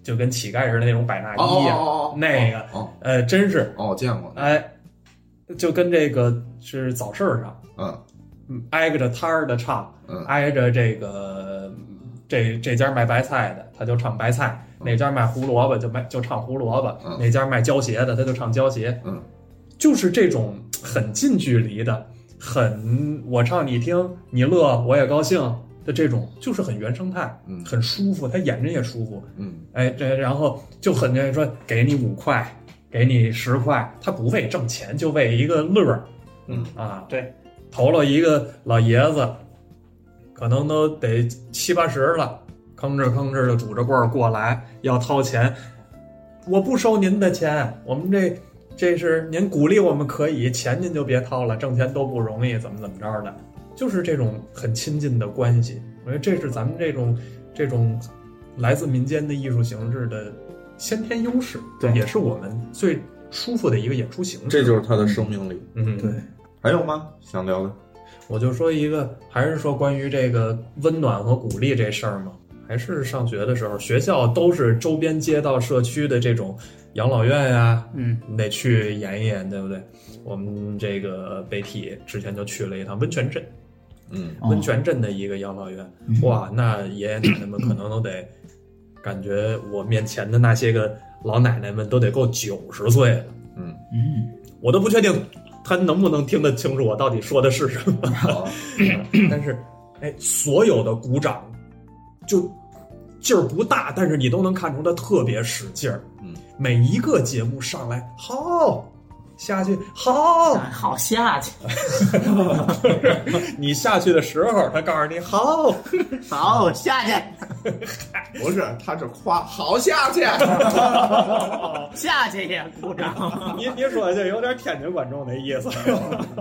Speaker 2: 就跟乞丐似的那种百纳
Speaker 1: 哦哦
Speaker 2: 衣
Speaker 1: 哦
Speaker 2: 啊，
Speaker 1: 哦哦，
Speaker 2: 那个
Speaker 1: 哦
Speaker 2: 呃，真是
Speaker 1: 哦，我见过，
Speaker 2: 哎，就跟这个是早市上
Speaker 1: 嗯
Speaker 2: 嗯挨着摊儿的唱，
Speaker 1: 嗯
Speaker 2: 挨着这个嗯这这家卖白菜的，他就唱白菜；
Speaker 1: 嗯
Speaker 2: 哪家卖胡萝卜就卖就唱胡萝卜；
Speaker 1: 嗯
Speaker 2: 哪家卖胶鞋的，他就唱胶鞋。
Speaker 1: 嗯，
Speaker 2: 就是这种很近距离的，很我唱你听，你乐我也高兴的这种，就是很原生态，
Speaker 1: 嗯
Speaker 2: 很舒服，他演着也舒服。
Speaker 1: 嗯
Speaker 2: 哎，这然后就很多人说给你五块，给你十块，他不为挣钱，就为一个乐儿。
Speaker 1: 嗯
Speaker 2: 啊，
Speaker 3: 对，
Speaker 2: 投了一个老爷子，可能都得七八十了，吭哧吭哧的拄着棍儿过来要掏钱，我不收您的钱，我们这这是您鼓励我们可以，钱您就别掏了，挣钱都不容易，怎么怎么着的，就是这种很亲近的关系，我觉得这是咱们这种这种来自民间的艺术形式的先天优势，
Speaker 3: 对
Speaker 2: 也是我们最舒服的一个演出形式，
Speaker 1: 这就是他的生命力。
Speaker 2: 嗯，对。
Speaker 1: 还有吗？想聊的？
Speaker 2: 我就说一个，还是说关于这个温暖和鼓励这事儿嘛，还是上学的时候，学校都是周边街道、社区的这种养老院呀、
Speaker 3: 嗯，
Speaker 2: 你得去演一演，对不对？我们这个北体之前就去了一趟温泉镇，
Speaker 1: 嗯
Speaker 4: 哦
Speaker 2: 温泉镇的一个养老院，哇，那爷爷奶奶们可能都得，感觉我面前的那些个老奶奶们都得够九十岁了，
Speaker 1: 嗯，
Speaker 4: 嗯，
Speaker 2: 我都不确定她能不能听得清楚我到底说的是什么。
Speaker 1: 好，
Speaker 2: [laughs] 但是，哎，所有的鼓掌就劲儿不大，但是你都能看出他特别使劲儿。
Speaker 1: 嗯，
Speaker 2: 每一个节目上来好，下去好，
Speaker 3: 啊好下去，
Speaker 2: 你下去的时候，他告诉你好，
Speaker 3: 好下去，
Speaker 1: 不是，他是夸，好下去。啊 [laughs]
Speaker 3: 下去也鼓掌，
Speaker 2: 您您说就有点天津观众那意思。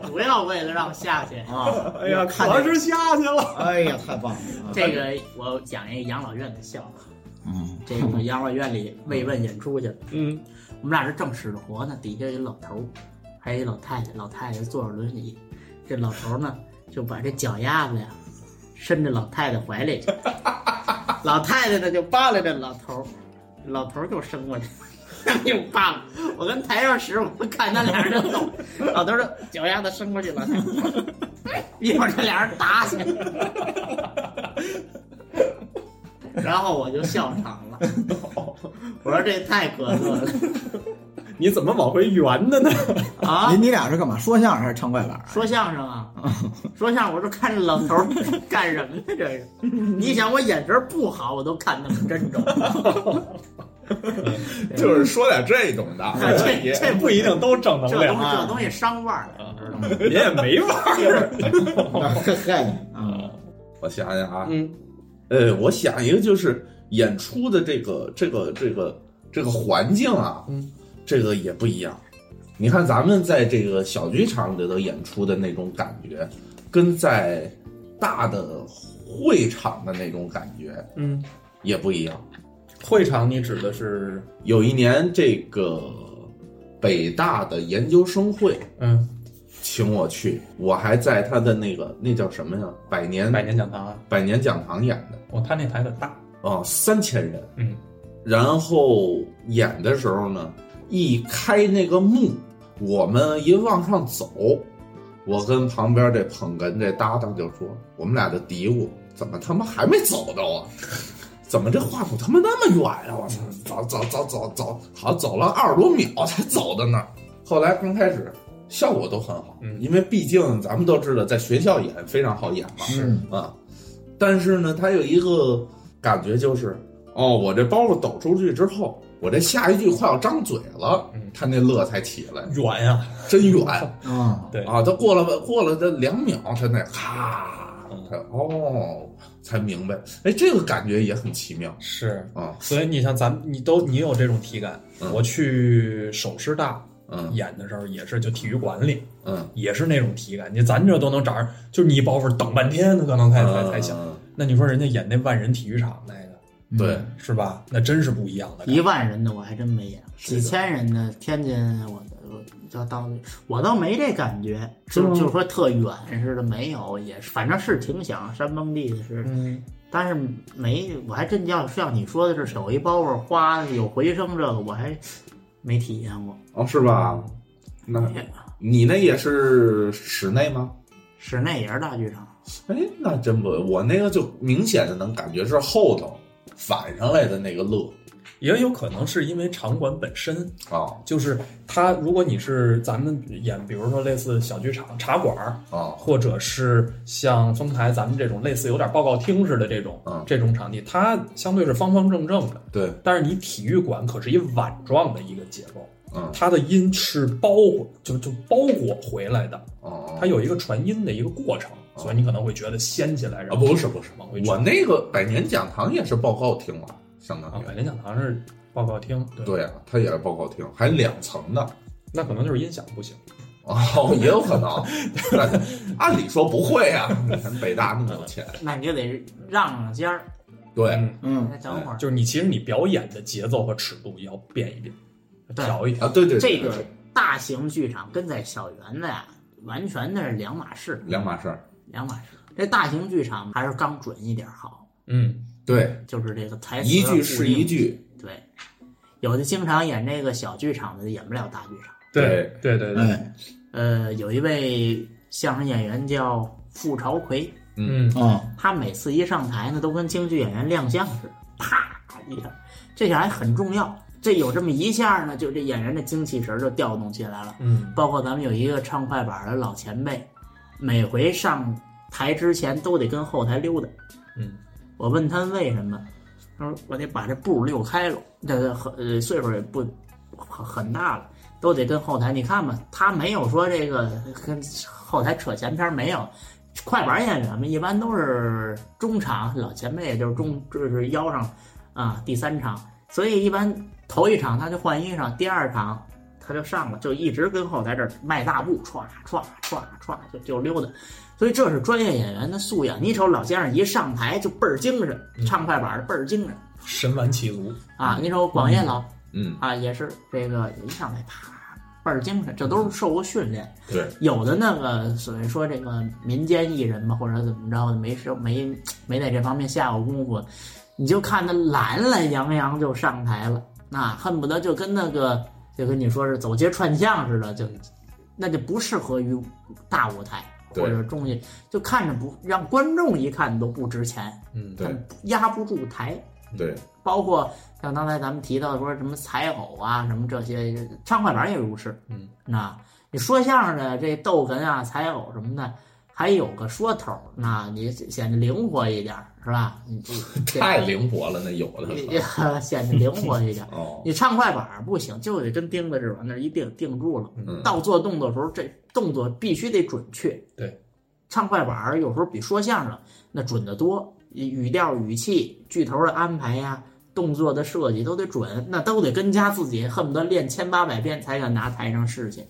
Speaker 3: 不要为了让下去。
Speaker 4: 啊，
Speaker 2: 哎呀，
Speaker 4: 看
Speaker 2: 可
Speaker 4: 这
Speaker 2: 是下去了。
Speaker 4: 哎呀，太棒了啊！
Speaker 3: 这个我讲一个养老院的笑话，
Speaker 4: 嗯，
Speaker 3: 这个养老院里慰问演出去了，
Speaker 2: 嗯
Speaker 3: 我们俩是正使着活呢，底下有一老头儿，还有一老太太，老太太坐着轮椅，这老头儿呢就把这脚丫子呀伸着老太太怀里去，老太太呢就扒拉着老头儿，老头儿就伸过去。又扒拉，我跟台上使，我们看他俩人就走。老头儿就脚丫子伸过去了， [laughs] 一会儿这俩人打起来了，然后我就笑场了。我说这太可乐了。
Speaker 2: 你怎么往回圆的呢？
Speaker 3: 啊
Speaker 4: 你，你俩是干嘛？说相声还是唱快板啊？
Speaker 3: 说相声啊，说相声，我说看这老头儿 [laughs] 干什么呀？这是，你想我眼神不好，我都看那么真着。
Speaker 1: 就是说点 [laughs] 这种的，
Speaker 3: 这
Speaker 1: 也
Speaker 3: 这
Speaker 2: 不一定都整能
Speaker 3: 这东
Speaker 2: 量
Speaker 3: 西
Speaker 2: 啊，
Speaker 3: 这东西伤腕儿的，你知道吗？
Speaker 2: [laughs] 您也没法儿。
Speaker 4: 嘿嘿，啊，
Speaker 1: 我想想啊，
Speaker 2: 嗯，
Speaker 1: 呃，我想一个就是演出的这个这个这个这个环境啊，
Speaker 2: 嗯，
Speaker 1: 这个也不一样。你看咱们在这个小剧场里头演出的那种感觉，跟在大的会场的那种感觉
Speaker 2: 嗯，
Speaker 1: 也不一样。
Speaker 2: 会场你指的是
Speaker 1: 有一年，这个北大的研究生会
Speaker 2: 嗯
Speaker 1: 请我去，我还在他的那个那叫什么呀？百年
Speaker 2: 百年讲堂啊？
Speaker 1: 百年讲堂演的。
Speaker 2: 哦，他那台的大，
Speaker 1: 啊，三千人，
Speaker 2: 嗯，
Speaker 1: 然后演的时候呢，一开那个幕，我们一往上走，我跟旁边这捧哏这搭档就说，我们俩就嘀咕，怎么他妈还没走到啊？怎么这话筒他妈那么远呀、我操，走走走走走，好走了二十多秒才走到那儿。后来刚开始效果都很好，
Speaker 2: 嗯
Speaker 1: 因为毕竟咱们都知道，在学校演非常好演嘛，
Speaker 4: 是
Speaker 1: 啊。但是呢，他有一个感觉就是，哦，我这包袱抖出去之后，我这下一句快要张嘴了
Speaker 2: 嗯，
Speaker 1: 他那乐才起来，
Speaker 2: 远呀、
Speaker 1: 真远
Speaker 4: 啊，
Speaker 2: [laughs] 对
Speaker 1: 啊！他过了过了这两秒，他那咔
Speaker 2: 嗯，
Speaker 1: 他哦，才明白，哎，这个感觉也很奇妙
Speaker 2: 是，
Speaker 1: 啊，
Speaker 2: 所以你像咱们，你都你有这种体感。
Speaker 1: 嗯
Speaker 2: 我去首师大
Speaker 1: 嗯
Speaker 2: 演的时候，也是就体育馆里，
Speaker 1: 嗯，
Speaker 2: 也是那种体感。你咱这都能找着，就是你一包袱等半天，可能才才才响。
Speaker 1: 嗯
Speaker 2: 那你说人家演那万人体育场那个
Speaker 1: 对，
Speaker 2: 是吧？那真是不一样的感
Speaker 3: 一
Speaker 2: 觉。
Speaker 3: 万人的我还真没演，
Speaker 1: 是的
Speaker 3: 几千人的天津我我叫到底，我倒没这感觉，就就是说特远似的没有，也是反正是挺想山崩地是，
Speaker 2: 嗯，
Speaker 3: 但是没，我还真要像你说的是手一包袱花有回声这个我还没体验过。
Speaker 1: 哦，是吧？那你那也是室内吗？
Speaker 3: 室内也是大剧场，
Speaker 1: 哎，那真不，我那个就明显的能感觉是后头反上来的那个乐
Speaker 2: 也有可能是因为场馆本身，
Speaker 1: 啊
Speaker 2: 就是它，如果你是咱们演，比如说类似小剧场、茶馆儿，
Speaker 1: 啊
Speaker 2: 或者是像丰台咱们这种类似有点报告厅似的这种、
Speaker 1: 嗯
Speaker 2: 这种场地，它相对是方方正正的。
Speaker 1: 对，
Speaker 2: 但是你体育馆可是一碗状的一个结构，
Speaker 1: 嗯
Speaker 2: 它的音是包裹就就包裹回来的，
Speaker 1: 哦
Speaker 2: 它有一个传音的一个过程，所以你可能会觉得掀起来，然
Speaker 1: 啊，
Speaker 2: 后啊
Speaker 1: 不是不是，
Speaker 2: 往回
Speaker 1: 我那个百年讲堂也是报告厅了，相当
Speaker 2: 啊，
Speaker 1: 于
Speaker 2: 百年讲堂是报告厅，对，
Speaker 1: 对啊，它也是报告厅，还两层呢。
Speaker 2: 那可能就是音响不行，
Speaker 1: 哦，也有可能。 [laughs] 那按理说不会啊，你看北大那么有钱，
Speaker 3: 那你就得让让尖儿，
Speaker 1: 对，
Speaker 2: 嗯，
Speaker 4: 嗯，
Speaker 3: 再等会儿。
Speaker 2: 就是你其实你表演的节奏和尺度也要变一变，
Speaker 3: 对
Speaker 2: 调一调，
Speaker 1: 啊，对对，对
Speaker 3: 这
Speaker 1: 对
Speaker 3: 个大型剧场跟在小园子呀，完全那是两码事，
Speaker 1: 两码事儿，
Speaker 3: 两码事。这大型剧场还是刚准一点好，
Speaker 2: 嗯，
Speaker 1: 对，
Speaker 3: 就是这个台词
Speaker 1: 一句
Speaker 3: 要固
Speaker 1: 是
Speaker 3: 定
Speaker 1: 一。句，
Speaker 3: 对，有的经常演这个小剧场的，演不了大剧场。
Speaker 1: 对
Speaker 2: 对对对，
Speaker 4: 哎，
Speaker 3: 呃，有一位相声演员叫傅朝奎，
Speaker 2: 嗯，
Speaker 4: 啊，
Speaker 3: 他每次一上台呢，都跟京剧演员亮相似的，啪一下，这下还很重要。这有这么一下呢，就这演员的精气神儿就调动起来了。
Speaker 2: 嗯，
Speaker 3: 包括咱们有一个唱快板的老前辈，每回上台之前都得跟后台溜达。
Speaker 2: 嗯，
Speaker 3: 我问他为什么，他说我得把这步溜开了，这个很呃岁数也不很很大了，都得跟后台。你看吧，他没有说这个跟后台扯闲篇儿，没有。快板演员们一般都是中场，老前辈也就是中就是腰上啊第三场，所以一般头一场他就换衣裳，第二场他就上了，就一直跟后台这儿迈大步，歘歘歘歘就就溜达。所以这是专业演员的素养。你瞅老先生一上台就倍儿精神，唱快板儿倍儿精神
Speaker 2: 神完其足，
Speaker 3: 啊！你瞅广彦老
Speaker 1: 嗯，
Speaker 3: 啊，也是这个一上来啪倍儿精神，这都是受过训练。
Speaker 1: 对，
Speaker 3: 有的那个所谓说这个民间艺人嘛，或者怎么着的，没受没没在这方面下过功夫，你就看他懒懒洋洋就上台了，那恨不得就跟那个就跟你说是走街串巷似的，就那就不适合于大舞台
Speaker 1: 对
Speaker 3: 或者中间，就看着不让观众一看都不值钱，
Speaker 2: 嗯，
Speaker 1: 对，
Speaker 3: 压不住台。
Speaker 1: 对，
Speaker 3: 包括像刚才咱们提到的说什么踩偶啊，什么这些，唱快板也如是。
Speaker 2: 嗯，
Speaker 3: 那你说相声的这逗哏啊、踩偶什么的，还有个说头儿，那你显得灵活一点儿，是吧？你这这
Speaker 1: 太
Speaker 3: [laughs]
Speaker 1: 灵活了，那有
Speaker 3: 你
Speaker 1: 的，
Speaker 3: 这 [laughs] 显得灵活一点儿。
Speaker 1: 哦，
Speaker 3: 你唱快板儿不行，就得跟钉子似的往那儿一定定住了。
Speaker 1: 嗯
Speaker 3: 到做动作的时候，这动作必须得准确。
Speaker 2: 对，
Speaker 3: 唱快板儿有时候比说相声那准得多，语调、语气、句头的安排呀、动作的设计都得准，那都得跟家自己恨不得练千八百遍才敢拿台上试去。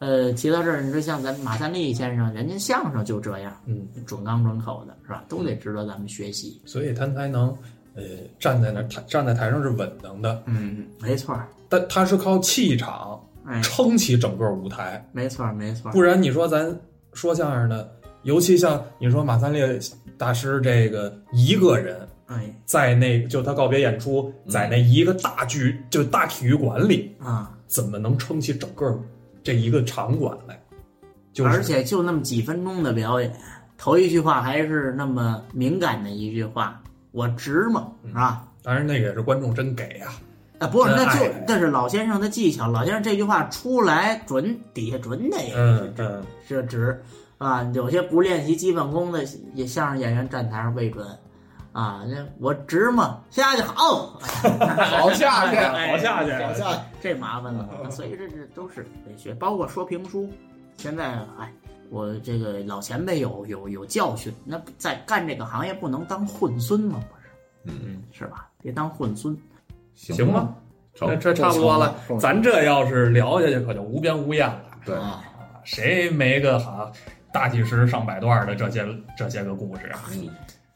Speaker 3: 呃，提到这儿，你说像咱马三立先生，人家相声就这样，
Speaker 2: 嗯，
Speaker 3: 准刚准口的是吧？都得值得咱们学习。
Speaker 2: 所以他才能，呃，站在那儿台站在台上是稳当的，
Speaker 3: 嗯，没错儿，
Speaker 2: 但他是靠气场
Speaker 3: 哎，
Speaker 2: 撑起整个舞台，
Speaker 3: 没错儿，没错儿。
Speaker 2: 不然你说咱说相声的，尤其像你说马三立大师这个一个人
Speaker 3: 哎
Speaker 2: 在那就他告别演出，
Speaker 1: 嗯
Speaker 2: 在那一个大剧就大体育馆里，
Speaker 3: 啊，
Speaker 2: 怎么能撑起整个这一个场馆来？就是
Speaker 3: 而且就那么几分钟的表演，头一句话还是那么敏感的一句话，我值吗？是吧？
Speaker 2: 当然那个也是观众真给呀、
Speaker 3: 啊，不是，
Speaker 2: 嗯真
Speaker 3: 那
Speaker 2: 爱
Speaker 3: 就那是老先生的技巧。老先生这句话出来准，底下准得
Speaker 2: 嗯嗯，
Speaker 3: 是值啊。有些不练习基本功的也相声演员站台上未准啊。那我值吗？下去好，
Speaker 1: 好下去，啊
Speaker 3: 哎
Speaker 2: 好下去，
Speaker 4: 往下
Speaker 3: 这麻烦了。所以这这都是得学，包括说评书。现在哎，我这个老前辈有有有教训，那在干这个行业不能当混孙嘛，不是？
Speaker 1: 嗯，
Speaker 3: 是吧？别当混孙。
Speaker 2: 行
Speaker 1: 吗？
Speaker 2: 吗？
Speaker 1: 成
Speaker 2: 这这差不多了
Speaker 4: 成，
Speaker 2: 咱这要是聊下去可就无边无厌了。
Speaker 1: 对，
Speaker 4: 啊，
Speaker 2: 谁没个好大几十上百段的这些这些个故事啊？
Speaker 1: 嗯，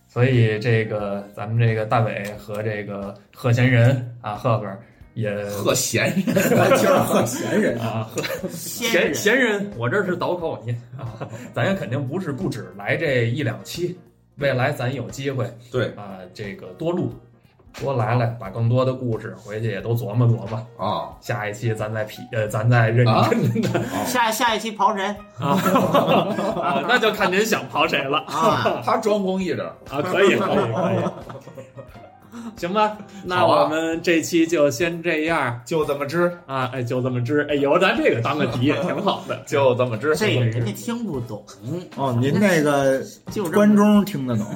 Speaker 2: 所以这个咱们这个大伟和这个贺贤仁啊，赫赫也
Speaker 1: 特闲人，
Speaker 4: 就是很闲人。
Speaker 2: 啊，呵
Speaker 3: 仙
Speaker 2: 闲
Speaker 3: 人
Speaker 2: 闲人，我这是倒口音啊， [laughs] 咱也肯定不是不止来这一两期，未来咱有机会
Speaker 1: 对
Speaker 2: 啊，这个多录。多来来，把更多的故事回去也都琢磨琢磨。
Speaker 1: 啊
Speaker 2: 下一期咱再匹呃，咱再认
Speaker 1: 啊 [laughs]
Speaker 2: 真的
Speaker 3: 下下一期刨神
Speaker 2: 啊啊，那就看您想刨谁了
Speaker 3: 啊，
Speaker 1: 他专攻一人，
Speaker 2: 啊！可以，可以，可以，
Speaker 1: [laughs]
Speaker 2: 行吧？那
Speaker 1: 好啊
Speaker 2: 我们这期就先这样
Speaker 1: 就这么支，
Speaker 2: 啊！哎，就这么支，哎，有咱这个当个底也挺好的。
Speaker 1: [laughs] 就这么支。
Speaker 3: 这个人家听不懂，
Speaker 4: 哦，您那个
Speaker 3: 就这
Speaker 4: 关
Speaker 3: 么
Speaker 4: 中听得懂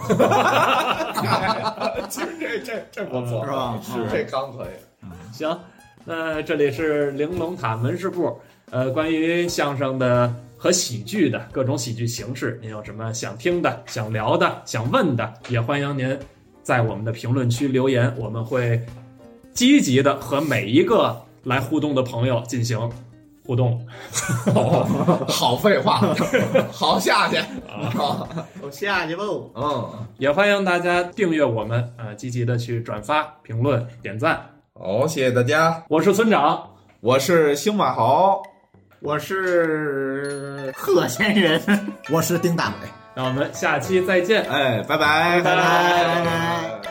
Speaker 1: 这这这这不错，啊
Speaker 4: 是吧？
Speaker 2: 是
Speaker 1: 这刚可以。
Speaker 2: 行，那这里是玲珑塔门市部，呃，关于相声的和喜剧的各种喜剧形式，您有什么想听的、想聊的、想问的，也欢迎您在我们的评论区留言，我们会积极的和每一个来互动的朋友进行互动。
Speaker 1: 好废话， [laughs] 好下去啊！
Speaker 3: 我下去吧。
Speaker 1: 嗯，
Speaker 2: 也欢迎大家订阅我们，呃，积极的去转发、评论、点赞。
Speaker 1: 好，谢谢大家，
Speaker 2: 我是村长，
Speaker 1: 我是星马豪，
Speaker 3: 我是呃贺仙人，
Speaker 4: 我是丁大伟。
Speaker 2: 那我们下期再见。
Speaker 1: 哎，拜
Speaker 3: 拜拜拜拜
Speaker 1: 拜